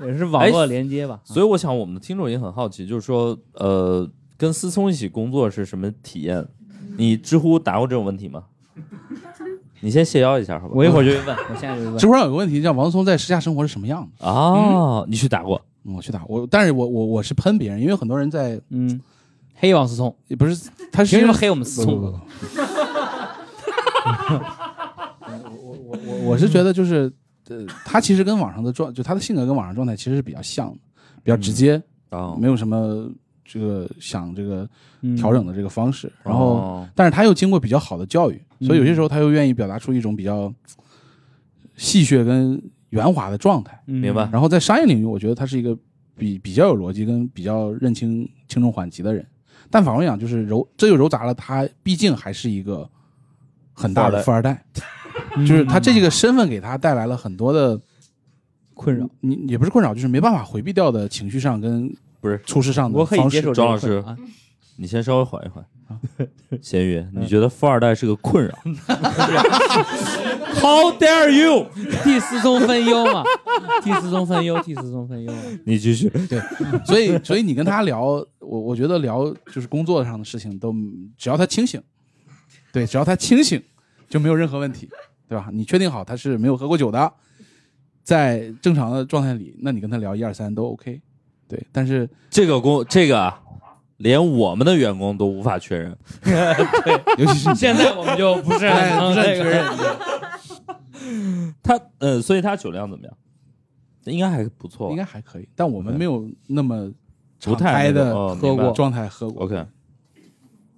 Speaker 5: 也是网络连接吧。
Speaker 2: 所以我想我们的听众也很好奇，就是说，呃，跟思聪一起工作是什么体验？你知乎答过这种问题吗？ 你先谢邀一下，好吧？
Speaker 5: 我一会儿就去 问，我现在就去问
Speaker 3: 知。乎上有个问题叫王思聪在私下生活是什么样的？
Speaker 2: 哦，你去打过，
Speaker 3: 嗯我去打我，但是我我我是喷别人，因为很多人在
Speaker 5: 嗯，黑王思聪，
Speaker 3: 也不是他是
Speaker 5: 凭什么黑我们思
Speaker 3: 不不不
Speaker 5: 聪？
Speaker 3: 不 我我我我是觉得就是呃，他其实跟网上的状，就他的性格跟网上状态其实是比较像的，比较直接，
Speaker 1: 嗯
Speaker 2: 哦
Speaker 3: 没有什么这个想这个
Speaker 5: 嗯
Speaker 3: 调整的这个方式。然后，
Speaker 2: 哦
Speaker 3: 但是他又经过比较好的教育，
Speaker 5: 嗯
Speaker 3: 所以有些时候他又愿意表达出一种比较戏谑跟圆滑的状态。
Speaker 5: 嗯
Speaker 2: 明白
Speaker 3: 然后在商业领域，我觉得他是一个比比较有逻辑跟比较认清轻重缓急的人。但反过来讲，就是揉这又揉杂了，他毕竟还是一个很大的富
Speaker 2: 富
Speaker 3: 二代，
Speaker 5: 嗯
Speaker 3: 就是他这个身份给他带来了很多的
Speaker 5: 困扰，
Speaker 3: 你也不是困扰，就是没办法回避掉的情绪上跟
Speaker 2: 不是
Speaker 3: 处事上的
Speaker 5: 我可以
Speaker 3: 方
Speaker 5: 接
Speaker 3: 式。
Speaker 5: 受这
Speaker 2: 庄
Speaker 5: 个
Speaker 2: 老师
Speaker 5: 困扰啊。
Speaker 2: 你先稍微缓一缓。咸鱼，你觉得富二代是个困扰？
Speaker 5: How dare you？替思聪分忧嘛， 替思聪分忧，替思聪分忧嘛。
Speaker 2: 你继续。
Speaker 3: 所以，所以你跟他聊，我我觉得聊就是工作上的事情都，只要他清醒，对，只要他清醒，就没有任何问题，对吧？你确定好他是没有喝过酒的，在正常的状态里，那你跟他聊一二三都 OK，对。但是
Speaker 2: 这个工，这个啊，连我们的员工都无法确认。
Speaker 3: 尤其是你
Speaker 5: 现在我们就不是很
Speaker 3: 哎，不
Speaker 5: 能
Speaker 3: 是很
Speaker 5: 这
Speaker 3: 确
Speaker 5: 个，
Speaker 3: 认，
Speaker 2: 他，呃，所以他酒量怎么样？应该还不错吧。
Speaker 3: 应该还可以。但我们没有那么
Speaker 2: 不
Speaker 3: 敞
Speaker 2: 太
Speaker 3: 开
Speaker 2: 那个
Speaker 3: 的
Speaker 2: 哦
Speaker 5: 喝
Speaker 2: 明白
Speaker 5: 过
Speaker 3: 状态喝过，
Speaker 2: OK，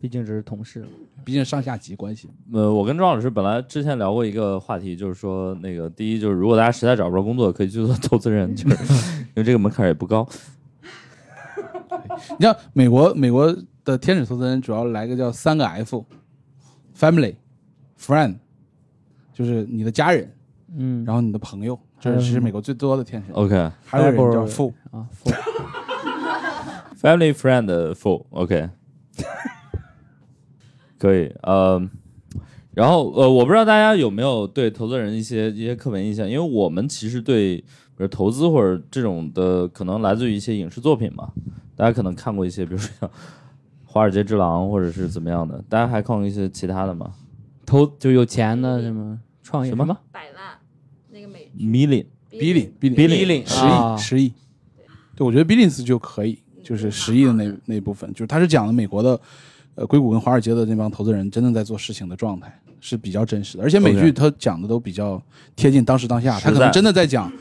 Speaker 5: 毕竟只是同事了。
Speaker 3: 毕竟上下级关系。
Speaker 2: 呃，我跟庄老师本来之前聊过一个话题，就是说那个第一就是如果大家实在找不着工作，可以去做投资人，就是 因为这个门槛也不高。
Speaker 3: 你像美国，美国的天使投资人主要来个叫三个 F：family、friend，就是你的家人，
Speaker 5: 嗯，
Speaker 3: 然后你的朋友，这
Speaker 5: 还有
Speaker 3: 是
Speaker 5: 什么
Speaker 3: 美国最多的天使。
Speaker 2: OK，family、
Speaker 3: 还有人叫
Speaker 5: Apple
Speaker 3: f
Speaker 5: 啊，父
Speaker 2: Family friend full OK，可以呃，然后呃，我不知道大家有没有对投资人一些一些刻板印象，因为我们其实对比如投资或者这种的，可能来自于一些影视作品嘛，大家可能看过一些，比如说像《华尔街之狼》或者是怎么样的，大家还看过一些其他的吗？
Speaker 5: 投就有钱的什么创业
Speaker 2: 什么
Speaker 5: 么
Speaker 6: 百万那个美
Speaker 2: Million。
Speaker 3: b i l l i b i l
Speaker 2: 比
Speaker 3: l
Speaker 2: 利
Speaker 3: i 十
Speaker 5: 啊
Speaker 3: 亿，十亿。对，我觉得 Billings 就可以，就是十亿的那那部分，就是他是讲的美国的，呃，硅谷跟华尔街的那帮投资人真正在做事情的状态。是比较真实的，而且美剧
Speaker 2: OK
Speaker 3: 它讲的都比较贴近当时当下，
Speaker 2: 实
Speaker 3: 它可能
Speaker 2: 在
Speaker 3: 真的在讲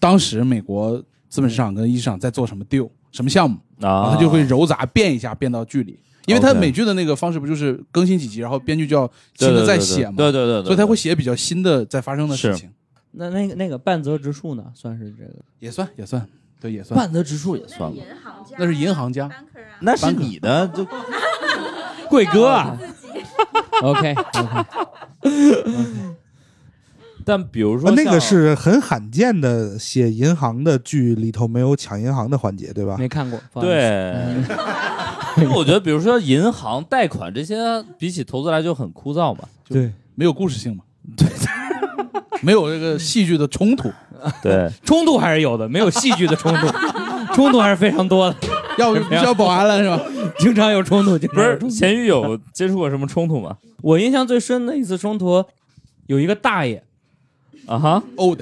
Speaker 3: 当时美国资本市场跟一市场在做什么 deal 什么项目，然
Speaker 2: 啊，
Speaker 3: 后它就会揉杂变一下变到剧里，因为它
Speaker 2: OK
Speaker 3: 美剧的那个方式不就是更新几集，然后编剧就要新的再写嘛，
Speaker 2: 对对对对对对，
Speaker 3: 所以他会写比较新的在发生的事
Speaker 2: 是
Speaker 3: 情，
Speaker 5: 那那个那个半泽直树呢，算是这个
Speaker 3: 也算也算，对也算，
Speaker 2: 半泽直树也算吧，
Speaker 6: 银行家，
Speaker 3: 那是银行家
Speaker 6: banker 啊，
Speaker 2: 那是你的就
Speaker 5: 贵哥啊。OK OK，
Speaker 2: 但比如
Speaker 8: 呃
Speaker 2: 说
Speaker 8: 那个
Speaker 2: 像
Speaker 8: 是很罕见的，写银行的剧里头没有抢银行的环节，对吧？
Speaker 5: 没看过。不好意思，
Speaker 2: 对，因为我觉得比如说银行贷款这些，比起投资来就很枯燥嘛。
Speaker 8: 对，
Speaker 3: 没有故事性嘛，对， 没有这个戏剧的冲突，
Speaker 2: 对，
Speaker 5: 冲突还是有的，没有戏剧的 冲突，冲突还是非常多的，
Speaker 3: 要不就要保安了是吧？
Speaker 5: 经常有冲突。经
Speaker 2: 不
Speaker 3: 哎
Speaker 5: 常有
Speaker 2: 是
Speaker 5: 冲突
Speaker 2: 咸鱼有接触过什么冲突吗？
Speaker 5: 我印象最深的一次冲突，有一个大爷，
Speaker 2: 啊 哈
Speaker 3: old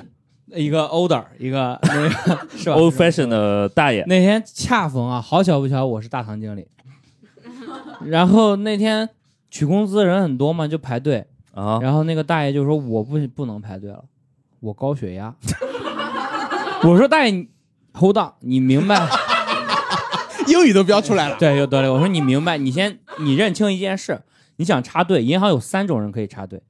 Speaker 5: 一个 older，一个那个是吧
Speaker 2: ，old fashion 的大爷，
Speaker 5: 那天恰逢啊，好巧不巧，我是大堂经理，然后那天取工资的人很多嘛，就排队，
Speaker 2: 啊，
Speaker 5: 然后那个大爷就说我不不能排队了，我高血压。我说大爷你，hold on，你明白？
Speaker 3: 英语都标出来了，
Speaker 5: 对，有道理。我说你明白，你先你认清一件事，你想插队，银行有三种人可以插队，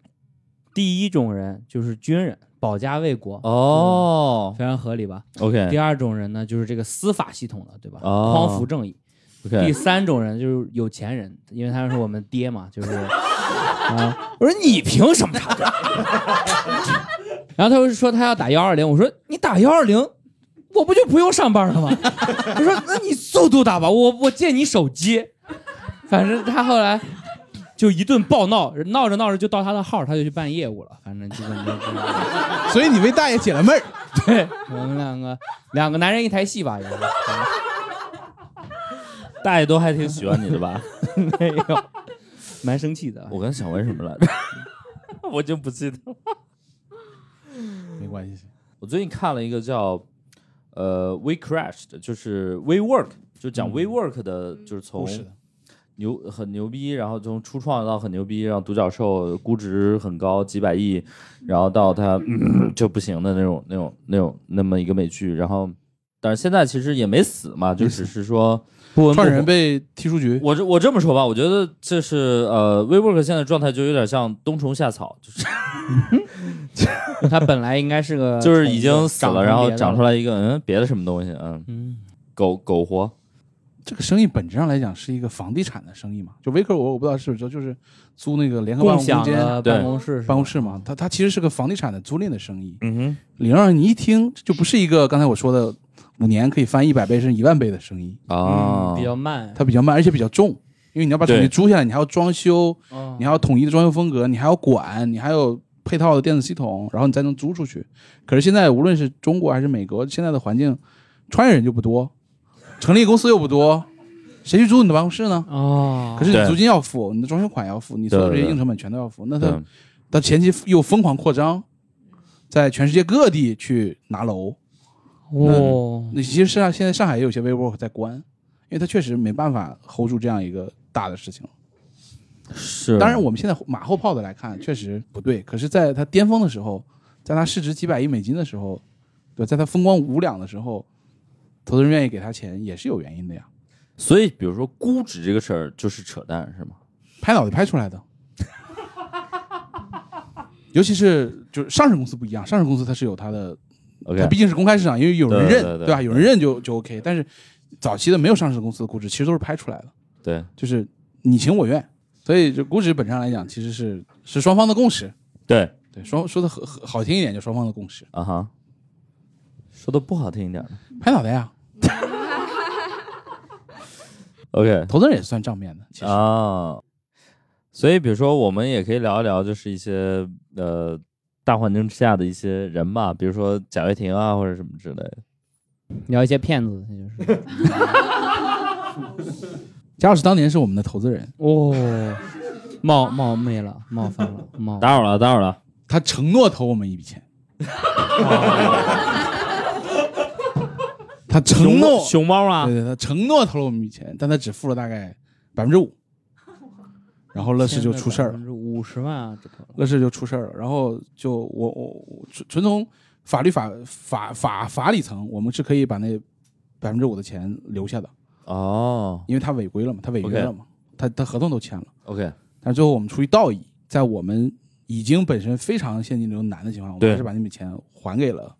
Speaker 5: 第一种人就是军人，保家卫国，
Speaker 2: 哦
Speaker 5: 非常合理吧？第
Speaker 1: 哎
Speaker 2: ，OK
Speaker 5: 二种人呢，就是这个司法系统的，对吧？
Speaker 2: 哦
Speaker 5: 匡扶正义。第
Speaker 2: OK，
Speaker 5: 三种人就是有钱人，因为他是我们爹嘛，就是啊，我说你凭什么插队？ 然后他就说他要打幺二零，我说你打幺二零，我不就不用上班了吗？ 他说那你速度打吧，我我借你手机。反正他后来就一顿暴闹，闹着闹着就到他的号，他就去办业务了。反正基本就是这样。
Speaker 3: 所以你为大爷解了闷儿。
Speaker 5: 对 我们两个两个男人一台戏吧，也 是
Speaker 2: 大爷都还挺喜欢你的 吧？
Speaker 5: 没有，蛮生气的。
Speaker 2: 我刚想问什么来着， 我就不记得。
Speaker 3: 没关系，
Speaker 2: 我最近看了一个叫呃 We Crashed，就是 We Work，就讲 We Work 的，就是从
Speaker 3: 故事的
Speaker 2: 牛很牛逼，然后从初创到很牛逼，让独角兽估值很高几百亿，然后到它、嗯就不行的那种那种那种那么一个美剧，然后。但是现在其实也没死嘛，就只是说，
Speaker 5: 不闻
Speaker 3: 创始人被踢出局，
Speaker 2: 我这我这么说吧，我觉得这是呃，WeWork 现在状态就有点像冬虫夏草，就是
Speaker 5: 他本来应该是 个
Speaker 2: 就是已经死了，然后长出
Speaker 5: 来，
Speaker 2: 来一个嗯别的什么东西，嗯，
Speaker 5: 嗯，
Speaker 2: 苟苟活，
Speaker 3: 这个生意本质上来讲是一个房地产的生意嘛。就维克尔，我我不知道是不是就是租那个联合办
Speaker 5: 共
Speaker 3: 公空
Speaker 5: 享
Speaker 3: 间、
Speaker 5: 的
Speaker 2: 对
Speaker 5: 办公室是吧，
Speaker 3: 办公室嘛，它它其实是个房地产的租赁的生意。
Speaker 2: 嗯哼，
Speaker 3: 理论上你一听，这就不是一个刚才我说的五年可以翻一百倍甚至一万倍的生意，
Speaker 2: 啊，
Speaker 5: 比较慢，
Speaker 3: 它比较慢，而且比还比较重。因为你要把场地
Speaker 2: 对
Speaker 3: 租下来，你还要装修，
Speaker 5: 哦
Speaker 3: 你还要统一的装修风格，你还要管，你还有配套的电子系统，然后你才能租出去。可是现在无论是中国还是美国，现在的环境，创业人就不多，成立公司又不多，谁去租你的办公室呢？
Speaker 5: 哦，
Speaker 3: 可是你
Speaker 2: 对
Speaker 3: 租金要付，你的装修款要付，你所有这
Speaker 2: 对
Speaker 3: 些
Speaker 2: 对对
Speaker 3: 硬成本全都要付。那
Speaker 2: 对
Speaker 3: 他到前期又疯狂扩张，在全世界各地去拿楼。
Speaker 5: 哦，
Speaker 3: 那其实上现在上海也有些 WeWork 在关，因为它确实没办法 hold 住这样一个大的事情。
Speaker 2: 是，
Speaker 3: 当然，我们现在马后炮的来看，确实不对。可是，在它巅峰的时候，在它市值几百亿美金的时候，对吧，在它风光无两的时候，投资人愿意给他钱也是有原因的呀，
Speaker 2: 所以比如说估值这个事儿就是扯淡是吗？
Speaker 3: 拍脑袋拍出 来的。尤其是就是上市公司不一样，上市公司它是有它的，它
Speaker 2: OK，
Speaker 3: 毕竟是公开市场，因为有人
Speaker 2: 对
Speaker 3: 认，
Speaker 2: 对对
Speaker 3: 吧？
Speaker 2: 对
Speaker 3: 有人认就就 OK。但是早期的没有上市公司的估值，其实都是拍出来的，
Speaker 2: 对
Speaker 3: 就是你情我愿。所以这估值本质上来讲，其实是是双方的共识。
Speaker 2: 对
Speaker 3: 对，双说的好好好听一点，就双方的共识。
Speaker 2: 啊哈，说的不好听一点呢
Speaker 3: 拍脑袋啊呀、
Speaker 2: ，OK
Speaker 3: 投资人也算账面的。其实、
Speaker 2: 啊，所以比如说我们也可以聊一聊，就是一些呃大环境之下的一些人嘛，比如说贾跃亭啊或者什么之类的，
Speaker 5: 聊一些骗子，那就是
Speaker 3: 贾老师当年是我们的投资人，
Speaker 5: 哦， 冒冒昧了，冒犯 了，冒
Speaker 2: 打扰了打扰了，
Speaker 3: 他承诺投我们一 笔钱，他承诺，
Speaker 2: 熊猫啊
Speaker 3: 对对，他承诺投了我们一笔钱，但他只付了大概百分之五，然后乐视就出事儿了。
Speaker 5: 了，
Speaker 4: 五十万啊，这可
Speaker 3: 乐视就出事儿了。然后就我我我纯纯从法律法法法法理层，我们是可以把那百分之五的钱留下的，
Speaker 2: 哦
Speaker 3: 因为他违规了嘛，他违约
Speaker 2: OK
Speaker 3: 了嘛他他合同都签了。
Speaker 2: ，OK，
Speaker 3: 但是最后我们出于道义，在我们已经本身非常现金流难的情况下，我们
Speaker 2: 对
Speaker 3: 还是把那笔钱还给了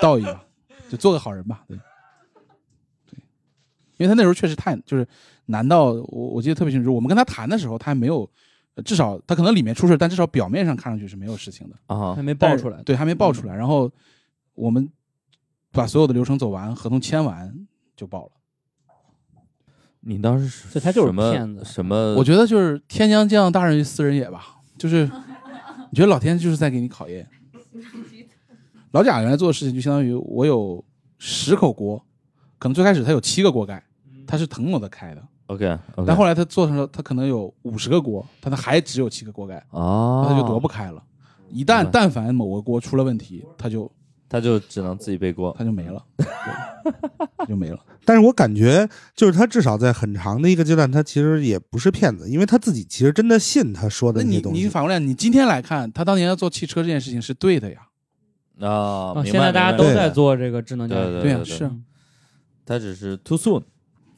Speaker 3: 道义 吧，就做个好人吧，对，对，因为他那时候确实太就是难到我我记得特别清楚，我们跟他谈的时候，他还没有，呃至少他可能里面出事，但至少表面上看上去是没有事情的，
Speaker 2: 啊
Speaker 4: 还，没爆出来。嗯
Speaker 3: 对，还没爆出来，然后我们把所有的流程走完，合同签完就爆了。
Speaker 2: 你当时是
Speaker 4: 所以他就是
Speaker 2: 什么
Speaker 4: 骗子
Speaker 2: 什么？
Speaker 3: 我觉得就是天将降大任于斯人也吧，就是你觉得老天就是在给你考验。老贾原来做的事情就相当于我有十口锅，可能最开始他有七个锅盖，他是腾挪的开的，
Speaker 2: 嗯 OK，
Speaker 3: 但后来他做成了他可能有五十个锅，但他还只有七个锅盖，
Speaker 2: 哦，
Speaker 3: 他就夺不开了。一旦
Speaker 2: 明白
Speaker 3: 但凡某个锅出了问题，他就
Speaker 2: 他就只能自己背锅。
Speaker 3: 他就没 了，对他就 没了。
Speaker 8: 但是我感觉，就是他至少在很长的一个阶段，他其实也不是骗子，因为他自己其实真的信他说
Speaker 3: 那
Speaker 8: 的那
Speaker 3: 你
Speaker 8: 些东
Speaker 3: 你
Speaker 8: 西。
Speaker 3: 反过来，你今天来看，他当年要做汽车这件事情是对的呀，
Speaker 2: 啊，
Speaker 5: 哦
Speaker 4: 啊，
Speaker 2: 明
Speaker 4: 现在
Speaker 2: 白
Speaker 4: 大家
Speaker 2: 明白
Speaker 4: 都
Speaker 2: 明白
Speaker 4: 在做这个智能驾
Speaker 2: 对
Speaker 4: 驶，
Speaker 3: 对呀、
Speaker 2: 对对
Speaker 3: 是啊，
Speaker 2: 他只是 too soon，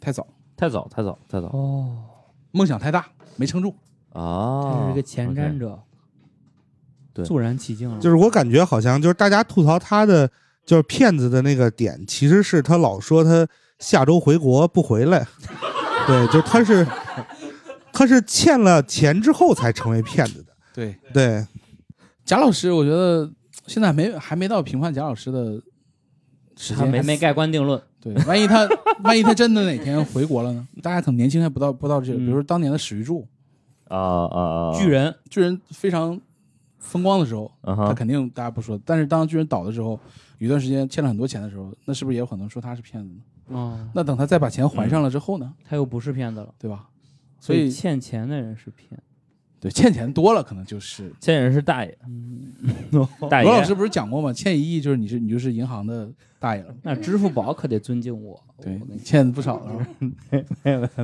Speaker 3: 太早，
Speaker 2: 太早，太早，太早
Speaker 4: 哦，
Speaker 3: 梦想太大，没撑住。
Speaker 2: 啊！
Speaker 4: 他是一个前瞻
Speaker 2: OK，
Speaker 4: 者，
Speaker 2: 对
Speaker 4: 肃然起敬了。
Speaker 8: 就是我感觉好像就是大家吐槽他的就是骗子的那个点，其实是他老说他下周回国不回来， 对，就他是他是欠了钱之后才成为骗子的，
Speaker 3: 对，
Speaker 8: 对，
Speaker 3: 贾老师，我觉得现在还没还没到评判贾老师的时
Speaker 4: 还
Speaker 3: 间。
Speaker 4: 没没盖棺定论，
Speaker 3: 对，万一他 万一他真的哪天回国了呢？大家可能年轻还不到不到这个，
Speaker 4: 嗯
Speaker 3: 比如说当年的史玉柱，
Speaker 2: 啊啊啊！
Speaker 4: 巨人
Speaker 3: 巨人非常风光的时候，
Speaker 4: 嗯
Speaker 2: 啊
Speaker 3: 他
Speaker 2: 哈，
Speaker 3: 肯定大家不说。但是当巨人倒的时候，有一段时间欠了很多钱的时候，那是不是也有可能说他是骗子呢？
Speaker 4: 哦，
Speaker 3: 那等他再把钱还上了之后呢？
Speaker 4: 他又不是骗子了，
Speaker 3: 对吧？所
Speaker 4: 嗯所以
Speaker 3: 以
Speaker 4: 欠嗯钱的人是骗。
Speaker 3: 对欠钱多了，可能就是
Speaker 2: 这人是大爷，
Speaker 4: 嗯 哎
Speaker 2: 大爷
Speaker 3: 罗老师不是讲过吗？欠一亿就是你是你就是银行的大爷了。
Speaker 4: 那支付宝可得尊敬我，
Speaker 2: 哦
Speaker 3: 对
Speaker 4: 我跟，你
Speaker 3: 欠不少了，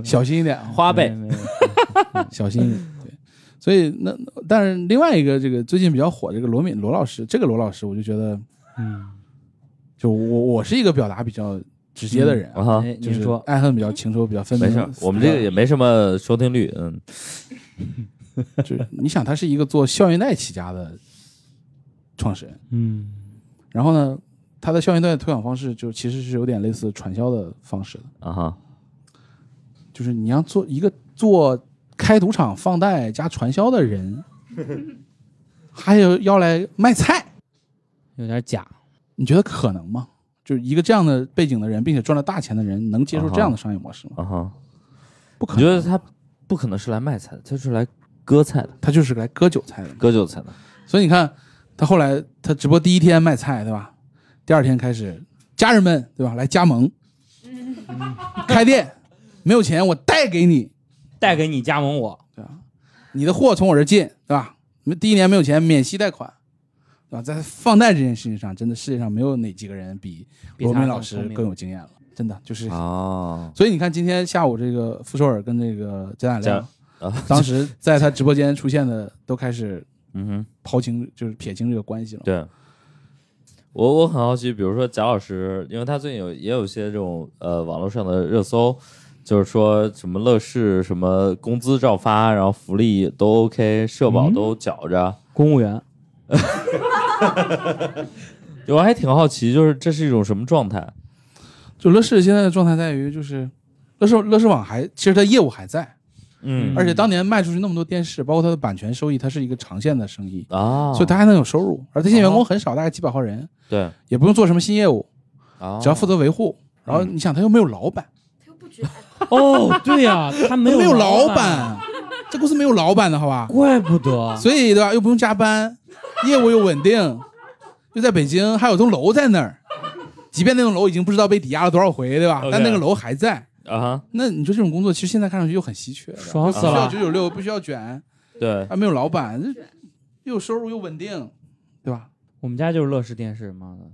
Speaker 3: 小心一点啊，
Speaker 2: 花呗，
Speaker 4: 没有没有
Speaker 3: 小心一点。对，所以那但是另外一个这个最近比较火这个罗敏罗老师，这个罗老师我就觉得，
Speaker 4: 嗯，
Speaker 3: 就我我是一个表达比较直接的人啊，
Speaker 2: 啊哈，
Speaker 4: 哎，
Speaker 3: 就
Speaker 4: 您
Speaker 3: 是
Speaker 4: 说
Speaker 3: 爱恨比较情仇比较分明。
Speaker 2: 没事儿，我们这个也没什么收听率，嗯，
Speaker 3: 就是你想他是一个做校园贷起家的创始人，
Speaker 4: 嗯，
Speaker 3: 然后呢，他的校园贷的推广方式就其实是有点类似传销的方式的，
Speaker 2: 啊哈，
Speaker 3: 就是你要做一个做开赌场放贷加传销的人， 还有要来卖菜。
Speaker 4: 有点假，
Speaker 3: 你觉得可能吗？就是一个这样的背景的人，并且赚了大钱的人，能接受这样的商业模式吗？
Speaker 2: 啊哈，
Speaker 3: 不可
Speaker 2: 你觉
Speaker 3: 能，
Speaker 2: 得他不可能是来卖菜的，他是来割菜的，
Speaker 3: 他就是来割韭菜的。
Speaker 2: 割韭菜的，
Speaker 3: 所以你看，他后来他直播第一天卖菜，对吧？第二天开始，家人们，对吧？来加盟，嗯开店，没有钱我贷给你，
Speaker 4: 带给你加盟我，
Speaker 3: 对吧？你的货从我这儿进，对吧？你们第一年没有钱，免息贷款，对吧？在放贷这件事情上，真的世界上没有哪几个人比
Speaker 4: 比
Speaker 3: 罗
Speaker 4: 他
Speaker 3: 明老
Speaker 4: 更
Speaker 3: 师
Speaker 4: 聪明
Speaker 3: 更有经验了，真的就是
Speaker 2: 哦，
Speaker 3: 所以你看，今天下午这个傅首尔跟这个贾乃亮，
Speaker 2: 贾啊
Speaker 3: 当时在他直播间出现的都开始
Speaker 2: 嗯哼。
Speaker 3: 抛清，就是撇清这个关系了。
Speaker 2: 对，我我很好奇，比如说贾老师，因为他最近有也有一些这种呃网络上的热搜，就是说什么乐视什么工资照发，然后福利都 OK，社保都缴着。
Speaker 4: 公务员
Speaker 2: 我还挺好奇，就是这是一种什么状态？
Speaker 3: 就乐视现在的状态在于，就是乐视乐视网还其实它业务还在，
Speaker 2: 嗯
Speaker 3: 而且当年卖出去那么多电视，包括它的版权收益，它是一个长线的生意，
Speaker 2: 啊，哦
Speaker 3: 所以它还能有收入。而这些员工很少，大概几百号人，
Speaker 2: 对，
Speaker 3: 也不用做什么新业务，
Speaker 2: 啊
Speaker 3: 只要负责维护。然后你想，他又没有老板，
Speaker 6: 他又不值钱，
Speaker 4: 哦，对呀，他没
Speaker 3: 没有
Speaker 4: 老
Speaker 3: 老，板，这公司没有老板的好吧？
Speaker 4: 怪不得
Speaker 3: 所以对吧？又不用加班，业务又稳定，又在北京，还有栋楼在那儿。即便那栋楼已经不知道被抵押了多少回，对吧
Speaker 2: OK
Speaker 3: 但那个楼还在。
Speaker 2: 啊哈，
Speaker 3: 那你说这种工作，其实现在看上去又很稀缺的，
Speaker 4: 爽死
Speaker 3: 不需要
Speaker 4: 了
Speaker 3: 九，九六，不需要卷，啊
Speaker 2: 对，
Speaker 3: 还没有老板，这又有收入又稳定，对吧？
Speaker 4: 我们家就是乐视电视，妈的，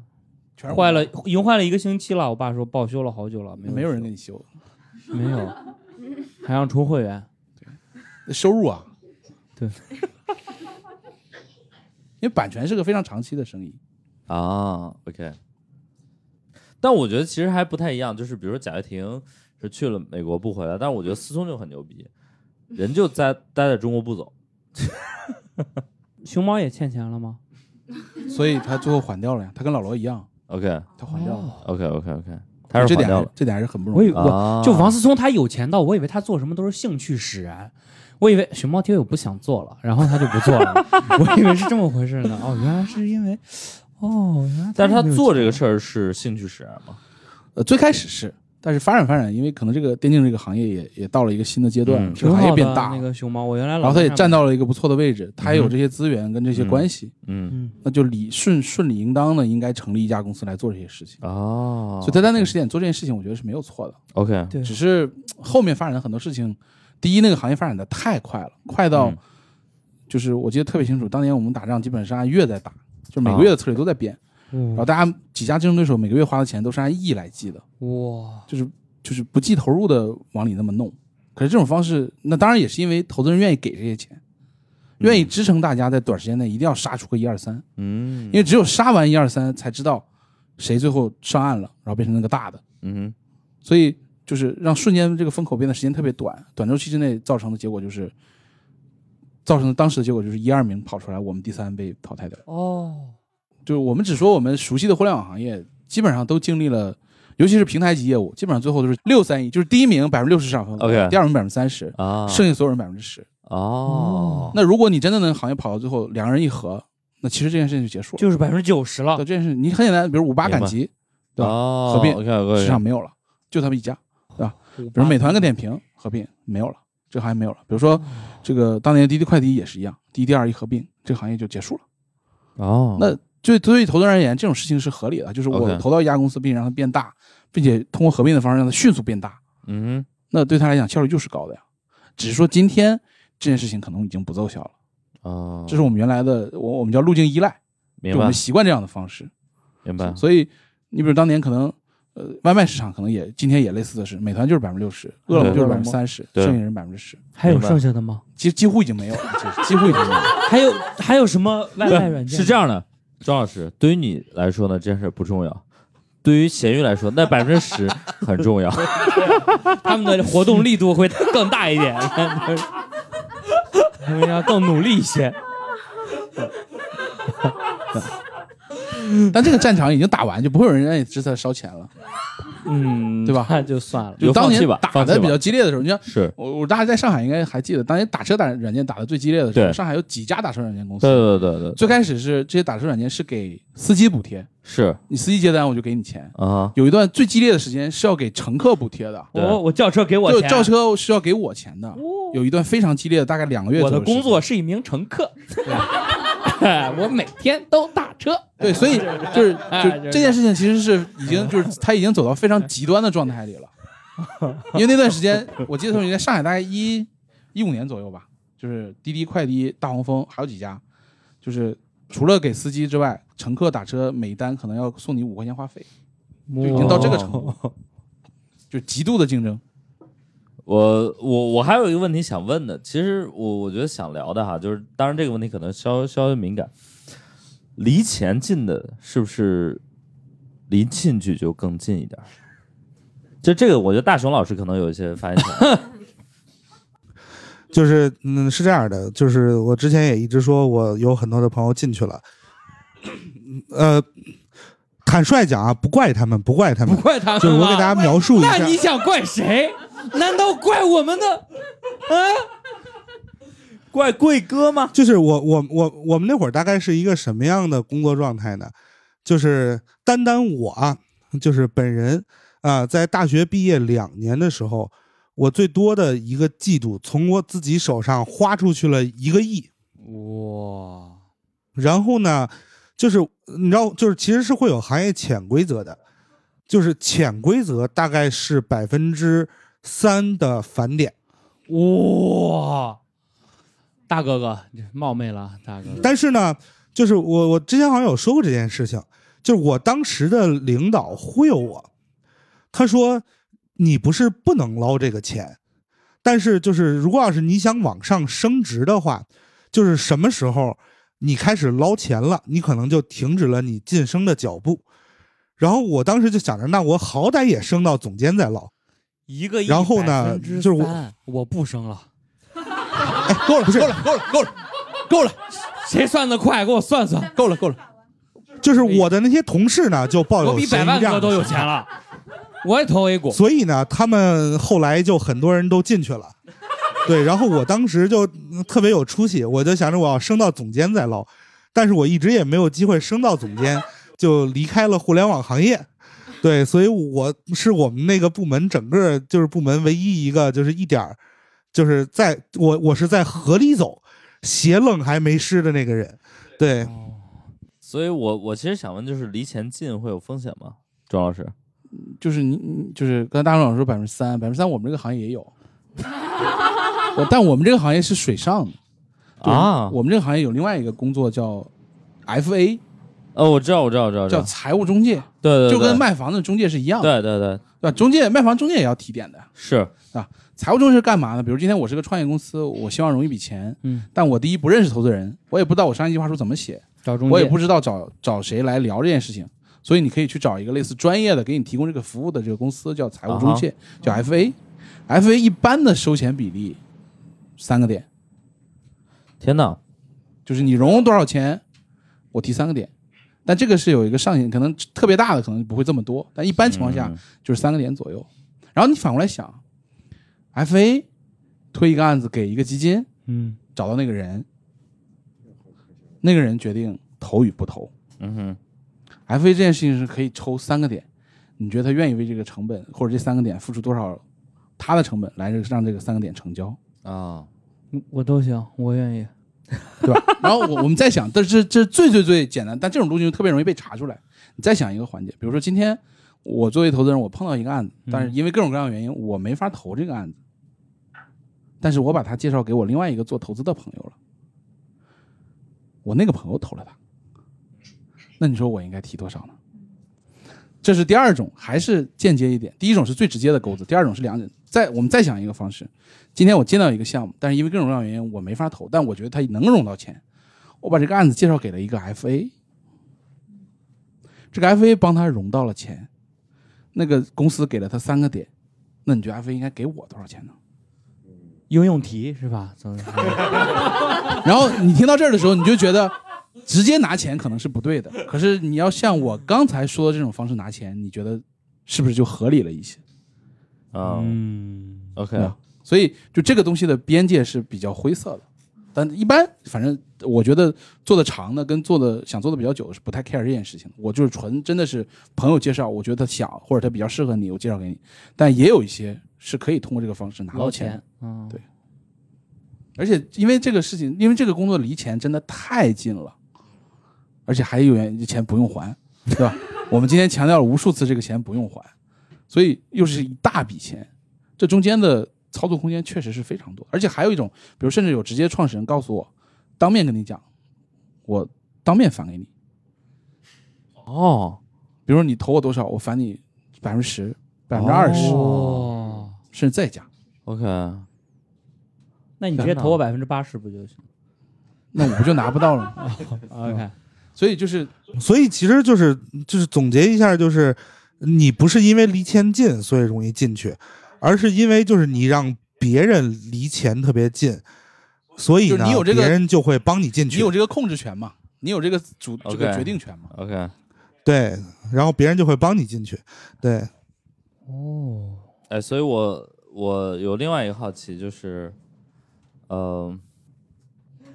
Speaker 3: 全是
Speaker 4: 坏了，已经坏了一个星期了，我爸说报修了好久了，没
Speaker 3: 没有人给
Speaker 4: 你，
Speaker 3: 你修。
Speaker 4: 没有，还让充会员，
Speaker 3: 收入啊，
Speaker 4: 对，
Speaker 3: 因为版权是个非常长期的生意。
Speaker 2: 啊，OK。但我觉得其实还不太一样，就是比如说贾跃亭是去了美国不回来，但是我觉得思聪就很牛逼，人就在待在中国不走。
Speaker 5: 熊猫也欠钱了吗？
Speaker 3: 所以他最后还掉了呀，他跟老罗一样，
Speaker 2: OK
Speaker 3: 他还掉
Speaker 1: 哦
Speaker 3: 了，
Speaker 2: OK OK OK，他是
Speaker 3: 这
Speaker 2: 还
Speaker 3: 点
Speaker 2: 掉了
Speaker 3: 还。这点还是很不容
Speaker 5: 我
Speaker 3: 易。
Speaker 5: 以我
Speaker 2: 啊
Speaker 5: 就王思聪他有钱到，我以为他做什么都是兴趣使然，我以为熊猫听友不想做了，然后他就不做了， 我以为是这么回事呢。哦，原来是因为，哦，原来
Speaker 2: 但是他
Speaker 5: 没有
Speaker 2: 做
Speaker 5: 钱
Speaker 2: 这个事儿是兴趣使然嘛？
Speaker 3: 呃，最开始是，但是发展发展，因为可能这个电竞这个行业也也到了一个新的阶段，
Speaker 2: 嗯
Speaker 3: 这
Speaker 5: 挺
Speaker 3: 个行业
Speaker 5: 好
Speaker 3: 变
Speaker 5: 的
Speaker 3: 大
Speaker 5: 那
Speaker 3: 了，
Speaker 5: 个熊猫，我原来
Speaker 3: 然后他也站
Speaker 5: 到，
Speaker 3: 到了一个不错的位置，他有
Speaker 2: 嗯
Speaker 3: 这些资源跟这些
Speaker 2: 嗯
Speaker 3: 关系，
Speaker 2: 嗯
Speaker 5: 嗯，
Speaker 3: 那就理顺顺理应当的应该成立一家公司来做这些事情。
Speaker 2: 哦
Speaker 3: 所以他在那个时间点做这件事情，我觉得是没有错的，
Speaker 2: OK
Speaker 5: 对，
Speaker 3: 只是呃后面发展的很多事情，第一，那个行业发展的太快了，快到
Speaker 2: 嗯
Speaker 3: 就是我记得特别清楚，当年我们打仗基本是按月在打，就每个月的策略都在变，然后
Speaker 5: 啊嗯
Speaker 3: 大家几家竞争对手每个月花的钱都是按亿来计的。
Speaker 5: 哇，
Speaker 3: 就是就是不计投入的往里那么弄。可是这种方式，那当然也是因为投资人愿意给这些钱，愿
Speaker 5: 嗯
Speaker 3: 意支撑大家在短时间内一定要杀出个一二三，
Speaker 2: 嗯，
Speaker 3: 因为只有杀完一二三，才知道谁最后上岸了，然后变成那个大的。
Speaker 2: 嗯
Speaker 3: 所以就是让瞬间这个风口变得时间特别短，短周期之内造成的结果就是，造成的当时的结果就是一二名跑出来，我们第三被淘汰掉。
Speaker 5: 哦，
Speaker 3: 就是我们只说我们熟悉的互联网行业，基本上都经历了，尤其是平台级业务，基本上最后都是六三一，就是第一名百分之六十市场份额
Speaker 2: OK
Speaker 3: 第二名百分之三十，
Speaker 2: 啊
Speaker 3: 剩下所有人百分之十。
Speaker 2: 哦
Speaker 3: 那如果你真的能行业跑到最后两个人一合，那其实这件事情就结束了。
Speaker 5: 就是百分之九十了
Speaker 3: 对，这件事你很简单，比如五八
Speaker 2: 明白
Speaker 3: 赶集对吧
Speaker 2: 哦，
Speaker 3: 合并
Speaker 2: OK OK，
Speaker 3: 市场没有了，就他们一家，比如美团跟点评合并没有了，这个行业没有了。比如说这个当年滴滴快滴也是一样，滴滴二一合并，这个行业就结束了。
Speaker 2: 哦，
Speaker 3: 那对对于投资人而言，这种事情是合理的，就是我
Speaker 2: OK
Speaker 3: 投到一家公司，并且让它变大，并且通过合并的方式让它迅速变大，
Speaker 2: 嗯
Speaker 3: 那对他来讲效率就是高的呀。只是说今天这件事情可能已经不奏效了，
Speaker 2: 哦，
Speaker 3: 这是我们原来的我我们叫路径依赖，就
Speaker 2: 明
Speaker 3: 我
Speaker 2: 白
Speaker 3: 们习惯这样的方式。
Speaker 2: 明白，
Speaker 3: 所以你比如当年可能呃外卖市场可能也今天也类似的是，美团就是百分之六十，饿了么就是百分之三十，
Speaker 2: 对
Speaker 3: 剩下人百分之十，
Speaker 5: 还有
Speaker 2: 明白
Speaker 5: 剩下的吗？
Speaker 3: 其实几乎已经没有了， 就是几乎已经没有了。
Speaker 5: 还有还有什么外卖软件？
Speaker 2: 是这样的，庄老师，对于你来说呢，这件事不重要。对于咸鱼来说，那百分之十很重要。
Speaker 5: 他们的活动力度会更大一点， 他们要更努力一些。
Speaker 3: 但这个战场已经打完，就不会有人愿意支持他烧钱了。
Speaker 5: 嗯，
Speaker 3: 对吧
Speaker 5: 那就算了。
Speaker 3: 就
Speaker 2: 就
Speaker 3: 当
Speaker 2: 放
Speaker 3: 年
Speaker 2: 弃吧
Speaker 3: 打
Speaker 2: 放弃
Speaker 3: 的比
Speaker 2: 吧
Speaker 3: 较激烈的时候，你像
Speaker 2: 是，
Speaker 3: 我我大家在上海应该还记得，当年打车打软件打的最激烈的时候，
Speaker 2: 对
Speaker 3: 上海有几家打车软件公
Speaker 2: 对
Speaker 3: 司。
Speaker 2: 对对对，
Speaker 3: 最开始是这些打车软件是给司机补贴，
Speaker 2: 是
Speaker 3: 你司机接单我就给你钱。
Speaker 2: 啊，
Speaker 3: 有一段最激烈的时间是要给乘客补贴的，
Speaker 2: 对
Speaker 5: 我我叫车给我
Speaker 3: 就
Speaker 5: 钱，啊
Speaker 3: 叫车是要给我钱的。有一段非常激烈的，大概两个月。
Speaker 5: 我的工作，是一名乘 客，我每天都打车。
Speaker 3: 对，所以就是
Speaker 5: 哎
Speaker 3: 就
Speaker 5: 就是
Speaker 3: 这件事情其实是已经就是 他已经走到非常极端的状态里了，因为那段时间我记得时候，在上海大概一一五年左右吧，就是滴滴、快滴、大黄蜂还有几家，就是除了给司机之外，乘客打车每单可能要送你五块钱话费， 就已经到这个程
Speaker 5: 哦
Speaker 3: 度，就极度的竞争。
Speaker 2: 我我我还有一个问题想问的，其实我我觉得想聊的哈，就是当然这个问题可能稍稍微敏感，离钱近的是不是离进去就更近一点儿？就这个，我觉得大熊老师可能有一些发言权。
Speaker 8: 就是嗯是这样的，就是我之前也一直说我有很多的朋友进去了，呃，坦率讲啊，不怪他们，不怪他们，
Speaker 5: 怪他
Speaker 8: 就是我给大家描述一下，
Speaker 5: 那你想怪谁？难道怪我们的？啊？怪贵哥吗？
Speaker 8: 就是我我我我们那会儿大概是一个什么样的工作状态呢？就是单单我啊，就是本人啊、在大学毕业两年的时候，我最多的一个季度，从我自己手上花出去了一个亿。
Speaker 5: 哇，
Speaker 8: 然后呢，就是你知道，就是其实是会有行业潜规则的，就是潜规则大概是百分之三的返点。
Speaker 5: 哇，大哥哥你冒昧了，大哥哥。
Speaker 8: 但是呢，就是我我之前好像有说过这件事情，就是我当时的领导忽悠我，他说你不是不能捞这个钱，但是就是如果要是你想往上升职的话，就是什么时候你开始捞钱了，你可能就停止了你晋升的脚步。然后我当时就想着，那我好歹也升到总监再捞。
Speaker 5: 一个亿
Speaker 8: 然后呢
Speaker 5: 3%
Speaker 8: 就是我
Speaker 5: 我不生了，
Speaker 3: 哎，够了，够了，够了，够了，够了，
Speaker 5: 谁算得快？给我算算，
Speaker 3: 够了，够了。
Speaker 8: 就是我的那些同事呢，就抱
Speaker 5: 我
Speaker 8: 有
Speaker 5: 比
Speaker 8: 咸
Speaker 5: 百
Speaker 8: 鱼
Speaker 5: 万
Speaker 8: 这样
Speaker 5: 哥
Speaker 8: 的
Speaker 5: 都有
Speaker 8: 想法
Speaker 5: 钱了，我也投 A 股。
Speaker 8: 所以呢，他们后来就很多人都进去了，对。然后我当时就嗯特别有出息，我就想着我要升到总监再捞，但是我一直也没有机会升到总监，就离开了互联网行业。对，所以我是我们那个部门整个就是部门唯一一个就是一点儿，就是在我我是在河里走，鞋愣还没湿的那个人。对，
Speaker 2: 所以我我其实想问，就是离钱近会有风险吗？庄老师，
Speaker 3: 就是你你就是刚才大壮老师说百分之三，百分之三我们这个行业也有， 我但我们这个行业是水上的对
Speaker 2: 啊
Speaker 3: 我们这个行业有另外一个工作叫 FA，
Speaker 2: 哦，我知道，我知道，我知道，我知
Speaker 3: 叫
Speaker 2: 道
Speaker 3: 财务中介，
Speaker 2: 对对，对
Speaker 3: 就跟卖房子中介是一样的，
Speaker 2: 对对对
Speaker 3: 对吧？中介卖房中介也要提点的，
Speaker 2: 是
Speaker 3: 财务中介是干嘛的？比如今天我是个创业公司，我希望融一笔钱，
Speaker 5: 嗯，
Speaker 3: 但我第一不认识投资人，我也不知道我商业计划书怎么写，
Speaker 5: 找中介，
Speaker 3: 我也不知道找找谁来聊这件事情，所以你可以去找一个类似专业的给你提供这个服务的这个公司，叫财务中
Speaker 2: 啊
Speaker 3: 介，叫 FA。FA 一般的收钱比例三个点，
Speaker 2: 天哪，
Speaker 3: 就是你融多少钱，我提三个点，但这个是有一个上限，可能特别大的可能不会这么多，但一般情况下
Speaker 2: 嗯
Speaker 3: 就是三个点左右。然后你反过来想，FA 推一个案子给一个基金，
Speaker 5: 嗯，
Speaker 3: 找到那个人，那个人决定投与不投。
Speaker 2: 嗯哼，
Speaker 3: FA 这件事情是可以抽三个点，你觉得他愿意为这个成本或者这三个点付出多少他的成本来让这个三个点成交，
Speaker 2: 啊，
Speaker 5: 我都行，我愿意。
Speaker 3: 对吧？然后我我们再想，但是这这最最最简单，但这种路径特别容易被查出来。你再想一个环节，比如说今天我作为投资人，我碰到一个案子，但是因为各种各样的原因，我没法投这个案子，但是我把他介绍给我另外一个做投资的朋友了，我那个朋友投了他，那你说我应该提多少呢？这是第二种，还是间接一点。第一种是最直接的钩子，第二种是两者。再我们再想一个方式，今天我见到一个项目，但是因为各种各样的原因我没法投，但我觉得它能融到钱，我把这个案子介绍给了一个 FA，这个 FA 帮他融到了钱，那个公司给了他三个点，那你觉得 FA 应该给我多少钱呢？
Speaker 5: 应用题是吧？总是
Speaker 3: 然后你听到这儿的时候，你就觉得直接拿钱可能是不对的，可是你要像我刚才说的这种方式拿钱，你觉得是不是就合理了一些？
Speaker 2: 嗯
Speaker 5: 嗯，
Speaker 2: ，OK，
Speaker 3: 对啊所以就这个东西的边界是比较灰色的，但一般反正我觉得做的长的跟做的想做的比较久的是不太 care 这件事情的。我就是纯真的是朋友介绍，我觉得他想或者他比较适合你，我介绍给你。但也有一些是可以通过这个方式拿到
Speaker 5: 捞
Speaker 3: 钱，
Speaker 5: 钱，嗯，
Speaker 3: 对而且因为这个事情，因为这个工作离钱真的太近了，而且还有原因钱不用还，对吧？我们今天强调了无数次这个钱不用还，所以又是一大笔钱，这中间的操作空间确实是非常多。而且还有一种，比如甚至有直接创始人告诉我，当面跟你讲，我当面返给你，
Speaker 2: 哦，
Speaker 3: 比如说你投我多少，我返你百分之十、百分之二十，
Speaker 5: 哦，
Speaker 3: 甚至再加。
Speaker 2: OK，
Speaker 5: 那你直接投我百分之八十不就行
Speaker 3: 那我不就拿不到了吗？
Speaker 5: ？OK，
Speaker 3: 所以就是
Speaker 8: 所以其实就是就是总结一下，就是你不是因为离钱近所以容易进去，而是因为就是你让别人离钱特别近，所以
Speaker 3: 就是
Speaker 8: 呢，
Speaker 3: 你有这个
Speaker 8: 别人就会帮你进
Speaker 3: 你
Speaker 8: 去，
Speaker 3: 有这个控制权嘛，你有这个主这个
Speaker 2: OK
Speaker 3: 决定权嘛。
Speaker 2: OK，
Speaker 8: 对，然后别人就会帮你进去，对，
Speaker 5: 哦，
Speaker 2: 哎，所以我我有另外一个好奇，就是，呃，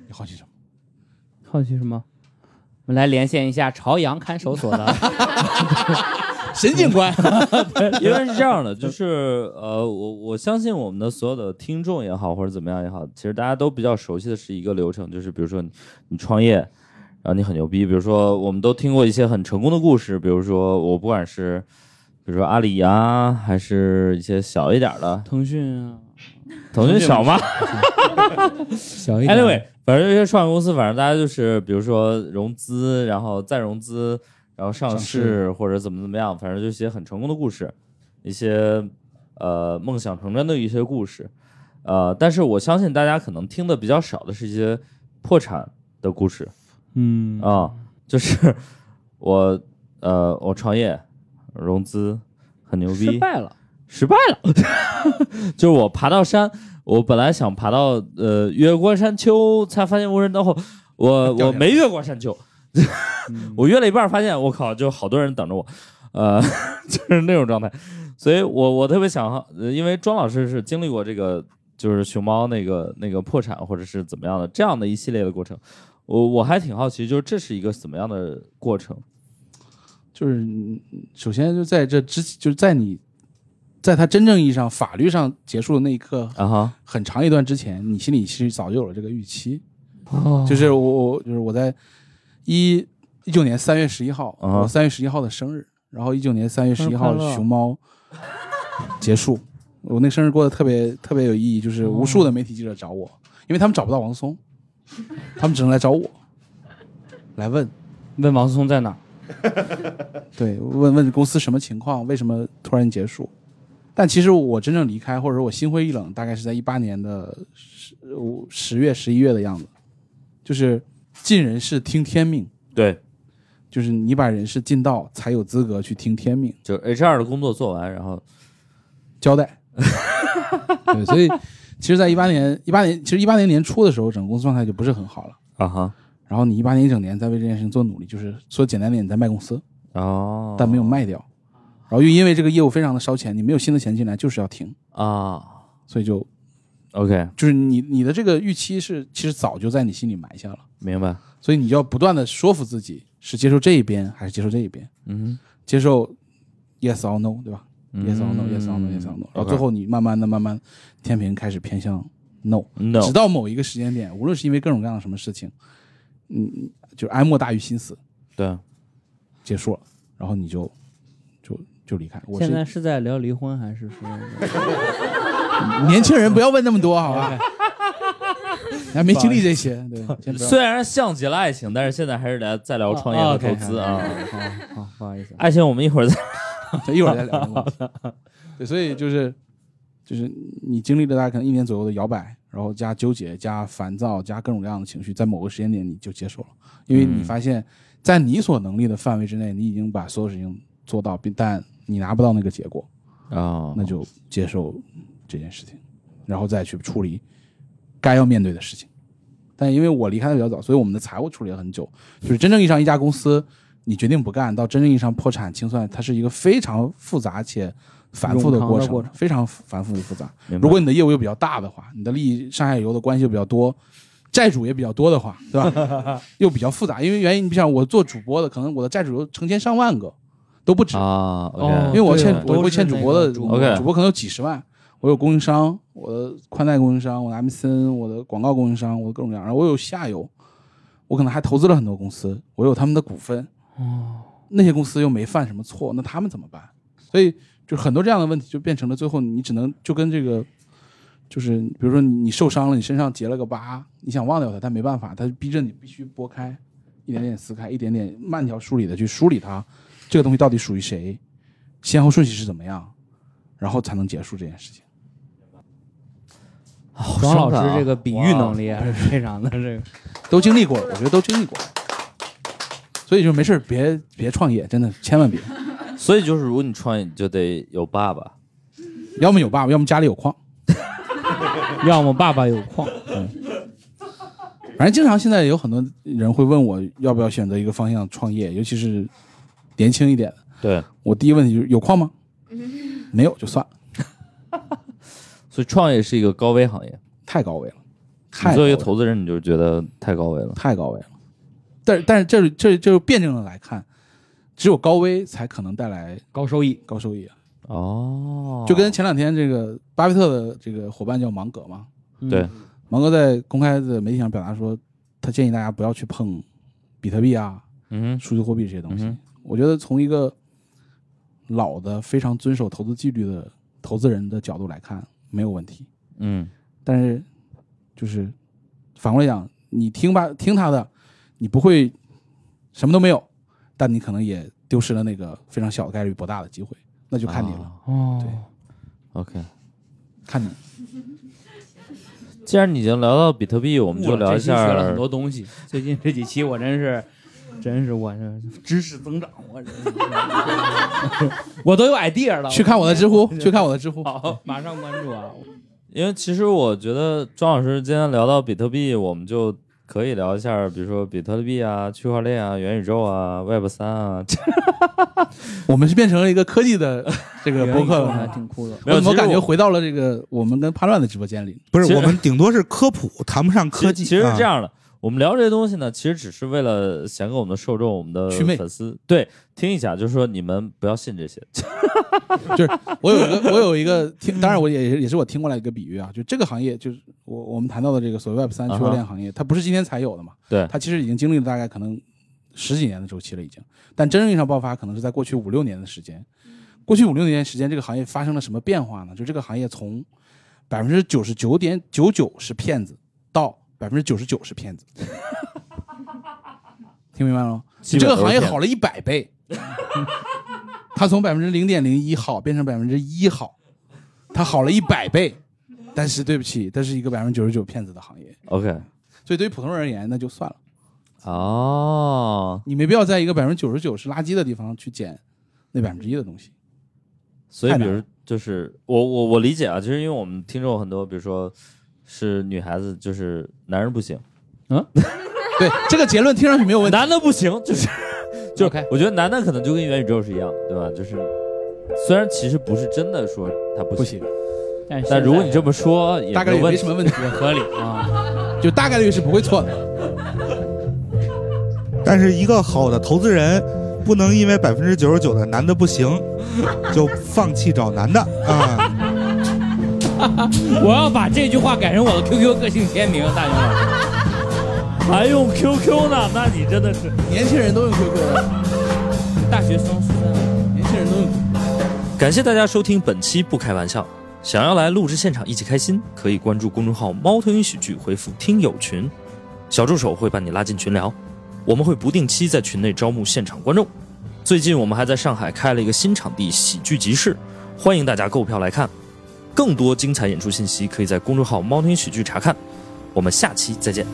Speaker 3: 你好奇什么？
Speaker 5: 好奇什么？我们来连线一下朝阳看守所的
Speaker 3: 沈警官，
Speaker 2: 因为是这样的，就是呃，我我相信我们的所有的听众也好，或者怎么样也好，其实大家都比较熟悉的是一个流程，就是比如说你你创业，然后你很牛逼，比如说我们都听过一些很成功的故事，比如说我不管是比如说阿里啊，还是一些小一点的，
Speaker 5: 腾讯啊，
Speaker 2: 腾讯小 吗？
Speaker 5: 小一
Speaker 2: Anyway，反正这些创业公司，反正大家就是，比如说融资，然后再融资，然后上
Speaker 3: 上
Speaker 2: 市或者怎么怎么样，反正就一些很成功的故事，一些呃梦想成真的一些故事。呃，但是我相信大家可能听的比较少的是一些破产的故事，
Speaker 4: 嗯
Speaker 2: 啊、就是我呃我创业融资很牛逼，
Speaker 4: 失败了，
Speaker 2: 失败了， 就是我爬到山，我本来想爬到呃越过山丘，才发现无人等候，我
Speaker 3: 掉下来嗯
Speaker 2: 我没越过山丘， 我越了一半儿发现我靠，就好多人等着我，呃， 就是那种状态，所以我我特别想，呃因为庄老师是经历过这个。就是熊猫那个那个破产或者是怎么样的这样的一系列的过程，我我还挺好奇，就是这是一个怎么样的过程？
Speaker 3: 就是嗯首先就在这之，就是在你在他真正意义上法律上结束的那一刻，
Speaker 2: 啊哈，
Speaker 3: 很长一段之前，你心里其实早就有了这个预期。
Speaker 4: 哦
Speaker 3: 就是我我就是我在一一九年三月十一号，
Speaker 2: 啊
Speaker 3: 我三月十一号的生日，然后一九年三月十一号
Speaker 4: 生日快乐
Speaker 3: 熊猫结束，我那个生日过得特别特别有意义，就是无数的媒体记者找我，因为他们找不到王思聪，他们只能来找我，来问，
Speaker 5: 问王思聪在哪儿？
Speaker 3: 对，问问公司什么情况，为什么突然结束。但其实我真正离开，或者说我心灰意冷，大概是在一八年的十五十月、十一月的样子，就是尽人事听天命。
Speaker 2: 对，
Speaker 3: 就是你把人事尽到，才有资格去听天命
Speaker 2: 就是 HR 的工作做完，然后
Speaker 3: 交代。对，所以其实，在一八年，一八年，其实一八年年初的时候，整个公司状态就不是很好了。
Speaker 2: 啊哈，
Speaker 3: 然后你一八年一整年在为这件事情做努力，就是说简单点，你在卖公司，
Speaker 2: 哦，
Speaker 3: 但没有卖掉。然后又因为这个业务非常的烧钱，你没有新的钱进来，就是要停，
Speaker 2: 啊
Speaker 3: 所以就
Speaker 2: ，OK，
Speaker 3: 就是你你的这个预期是其实早就在你心里埋下了，
Speaker 2: 明白，
Speaker 3: 所以你就要不断的说服自己是接受这一边还是接受这一边，
Speaker 2: 嗯
Speaker 3: 接受 yes or no，对吧？
Speaker 2: 哼
Speaker 3: yes or no yes or no yes or no，然后最
Speaker 2: OK
Speaker 3: 后你慢慢的慢慢天平开始偏向 no，
Speaker 2: no，
Speaker 3: 直到某一个时间点，无论是因为各种各样的什么事情，嗯，就是哀莫大于心死，
Speaker 2: 对，
Speaker 3: 结束了，然后你就就就离开。我
Speaker 5: 现
Speaker 3: 是
Speaker 5: 在是在聊离婚还是说？哦
Speaker 3: 年轻人，不要问那么多，好吧？还没经历这些，对，先不要。
Speaker 2: 虽然像极了爱情，但是现在还是来再聊
Speaker 3: 哦
Speaker 2: 创业和投资啊。
Speaker 5: 好哦好，不好意思，
Speaker 2: 爱情我们一会儿再，
Speaker 3: 一会儿再聊这个问题。对，所以就是就是你经历了大概可能一年左右的摇摆，然后加纠结、加烦躁、加各种各样的情绪，在某个时间点你就接受了，因为你发现，在你所能力的范围之内，你已经把所有事情做到，并但你拿不到那个结果，
Speaker 2: 啊
Speaker 3: 那
Speaker 5: 哦
Speaker 3: 就接受这件事情，然后再去处理该要面对的事情。但因为我离开的比较早，所以我们的财务处理了很久。就是真正意义上一家公司，你决定不干到真正意义上破产清算，它是一个非常复杂且繁复的
Speaker 5: 冗长
Speaker 3: 过程，
Speaker 5: 的过程
Speaker 3: 非常繁复复杂。
Speaker 2: 明白
Speaker 3: 如果你的业务又比较大的话，你的利益上下游的关系又比较多，债主也比较多的话，对吧？ 又比较复杂，因为原因，你想我做主播的，可能我的债主有成千上万个，都不止。
Speaker 2: 啊
Speaker 5: 哦
Speaker 2: ，OK，
Speaker 3: 因为我欠
Speaker 5: 对
Speaker 3: 我会欠主播的，
Speaker 5: 都是
Speaker 2: 播
Speaker 5: 那个主
Speaker 2: OK
Speaker 3: 主播可能有几十万，我有供应商，我的宽带供应商，我的 MCN，我的广告供应商，我的各种各样，然后我有下游，我可能还投资了很多公司，我有他们的股份，哦，那些公司又没犯什么错，那他们怎么办？所以就很多这样的问题就变成了最后你只能就跟这个。就是比如说你你受伤了，你身上结了个疤，你想忘掉它，但没办法，它逼着你必须拨开，一点点撕开，一点点慢条梳理的去梳理它，这个东西到底属于谁，先后顺序是怎么样，然后才能结束这件事情。
Speaker 5: 庄
Speaker 2: 伤
Speaker 5: 老
Speaker 2: 感啊
Speaker 5: 师这个比喻能力还是非常的这个。
Speaker 3: 都经历过，我觉得都经历过，所以就没事儿别别创业，真的千万别，
Speaker 2: 所以就是如果你创业，你就得有爸爸。
Speaker 3: 要么有爸爸，要么家里有矿，
Speaker 5: 要么爸爸有矿，
Speaker 3: 反正经常现在有很多人会问我要不要选择一个方向创业，尤其是年轻一点的，
Speaker 2: 对，
Speaker 3: 我第一问题就是有矿吗？没有就算了，
Speaker 2: 所以创业是一个高危行业。
Speaker 3: 太高危了，太
Speaker 2: 你
Speaker 3: 高
Speaker 2: 作为
Speaker 3: 危
Speaker 2: 一
Speaker 3: 了
Speaker 2: 个投资人，你就觉得太高危了。
Speaker 3: 太高危了。但是但是这这这就辩证的来看，只有高危才可能带来
Speaker 5: 高收益。
Speaker 3: 高收益啊。
Speaker 2: 哦，
Speaker 3: 就跟前两天这个巴菲特的这个伙伴叫芒格嘛，
Speaker 5: 嗯
Speaker 2: 对
Speaker 3: 芒格在公开的媒体上表达说，他建议大家不要去碰比特币啊、
Speaker 2: 嗯
Speaker 3: 数字货币这些东西。
Speaker 2: 嗯
Speaker 3: 我觉得从一个老的、非常遵守投资纪律的投资人的角度来看，没有问题。
Speaker 2: 嗯，
Speaker 3: 但是就是反过来讲，你听吧，听他的，你不会什么都没有，但你可能也丢失了那个非常小的概率博大的机会，那
Speaker 2: 哦
Speaker 3: 就看你了，
Speaker 2: 啊
Speaker 5: 哦，
Speaker 3: 对
Speaker 2: OK，
Speaker 3: 看你。
Speaker 2: 既然你已经聊到比特币，我们就聊一
Speaker 5: 这期
Speaker 2: 下
Speaker 5: 学了很多 东西。最近这几期我真是，真是我这知识增长，我这 我都有 idea 了。
Speaker 3: 去看我的知乎，去看我的知乎。
Speaker 5: 好，马上关注啊！
Speaker 2: 因为其实我觉得庄老师今天聊到比特币，我们就可以聊一下，比如说比特币啊、区块链啊、元宇宙啊、Web 三啊。
Speaker 3: 我们是变成了一个科 技的这个播客
Speaker 5: 还
Speaker 3: 了。
Speaker 5: 挺酷的。
Speaker 2: 没有
Speaker 3: 我怎
Speaker 2: 其
Speaker 3: 么
Speaker 2: 实
Speaker 3: 感觉
Speaker 2: 我
Speaker 3: 回到了这个我们跟叛乱的直播间里？
Speaker 8: 不
Speaker 2: 其
Speaker 8: 是
Speaker 2: 实
Speaker 8: 我们顶多是科普，谈不上科技。
Speaker 2: 其实其实是这
Speaker 8: 啊，
Speaker 2: 样的，我们聊这些东西呢，其实只是为了想给我们的受众、我们的
Speaker 3: 祛魅
Speaker 2: 粉丝对听一下，就是说你们不要信这些。
Speaker 3: 我有一个，我有一个听，当然我也也是我听过来一个比喻啊，就这个行业，就是我我们谈到的这个所谓 Web 三
Speaker 2: 啊哈
Speaker 3: 区块链行业，它不是今天才有的嘛，
Speaker 2: 对
Speaker 3: 它其实已经经历了大概可能十几年的周期了，已经，但真正意义上爆发可能是在过去五六年的时间。过去五六年时间，这个行业发生了什么变化呢？就这个行业从百分之九十九点九九是骗子，到百分之九十九是骗子，听明白了吗？
Speaker 2: 基
Speaker 3: 这
Speaker 2: 本
Speaker 3: 个
Speaker 2: 都是
Speaker 3: 行业
Speaker 2: 骗子
Speaker 3: 好了一百倍，它从百分之零点零一好变成百分之一好，它好了一百倍。但是对不起，它是一个百分之九十九骗子的行业，
Speaker 2: OK，
Speaker 3: 所以对于普通人而言，那就算了，
Speaker 2: 哦，
Speaker 3: 你没必要在一个百分之九十九是垃圾的地方去捡那百分之一的东西。
Speaker 2: 所以
Speaker 3: 太
Speaker 2: 比
Speaker 3: 难
Speaker 2: 如
Speaker 3: 了
Speaker 2: 就是我我我理解啊，其实因为我们听众很多，比如说是女孩子，就是男人不行，
Speaker 3: 对这个结论听上去没有问题，
Speaker 2: 男的不行， 就是就是
Speaker 5: OK
Speaker 2: 我觉得男的可能就跟元宇宙是一样的，对吧？就是虽然其实不是真的说他不
Speaker 3: 不
Speaker 2: 行，
Speaker 3: 行，
Speaker 5: 但是
Speaker 2: 但如果你这
Speaker 5: 这
Speaker 2: 么说也
Speaker 3: 大概
Speaker 2: 没
Speaker 3: 率
Speaker 2: 有问
Speaker 3: 没
Speaker 2: 题
Speaker 3: 什么问题，
Speaker 5: 合理啊，
Speaker 3: 就大概率是不会错的。
Speaker 8: 但是一个好的投资人不能因为百分之九十九的男的不行，就放弃找男的啊。
Speaker 5: 我要把这句话改成我的 QQ 个性签名，大牛老师。
Speaker 2: 还用 QQ 呢？那你真的是
Speaker 3: 年轻人都用 QQ，的
Speaker 5: 大学生是真的
Speaker 3: 年轻人都用 QQ。
Speaker 1: 感谢大家收听本期《不开玩笑》，想要来录制现场一起开心，可以关注公众号“猫头鹰喜剧”，回复“听友群”，小助手会把你拉进群聊。我们会不定期在群内招募现场观众。最近我们还在上海开了一个新场地——喜剧集市，欢迎大家购票来看。更多精彩演出信息可以在公众号“猫头鹰喜剧”查看。我们下期再见。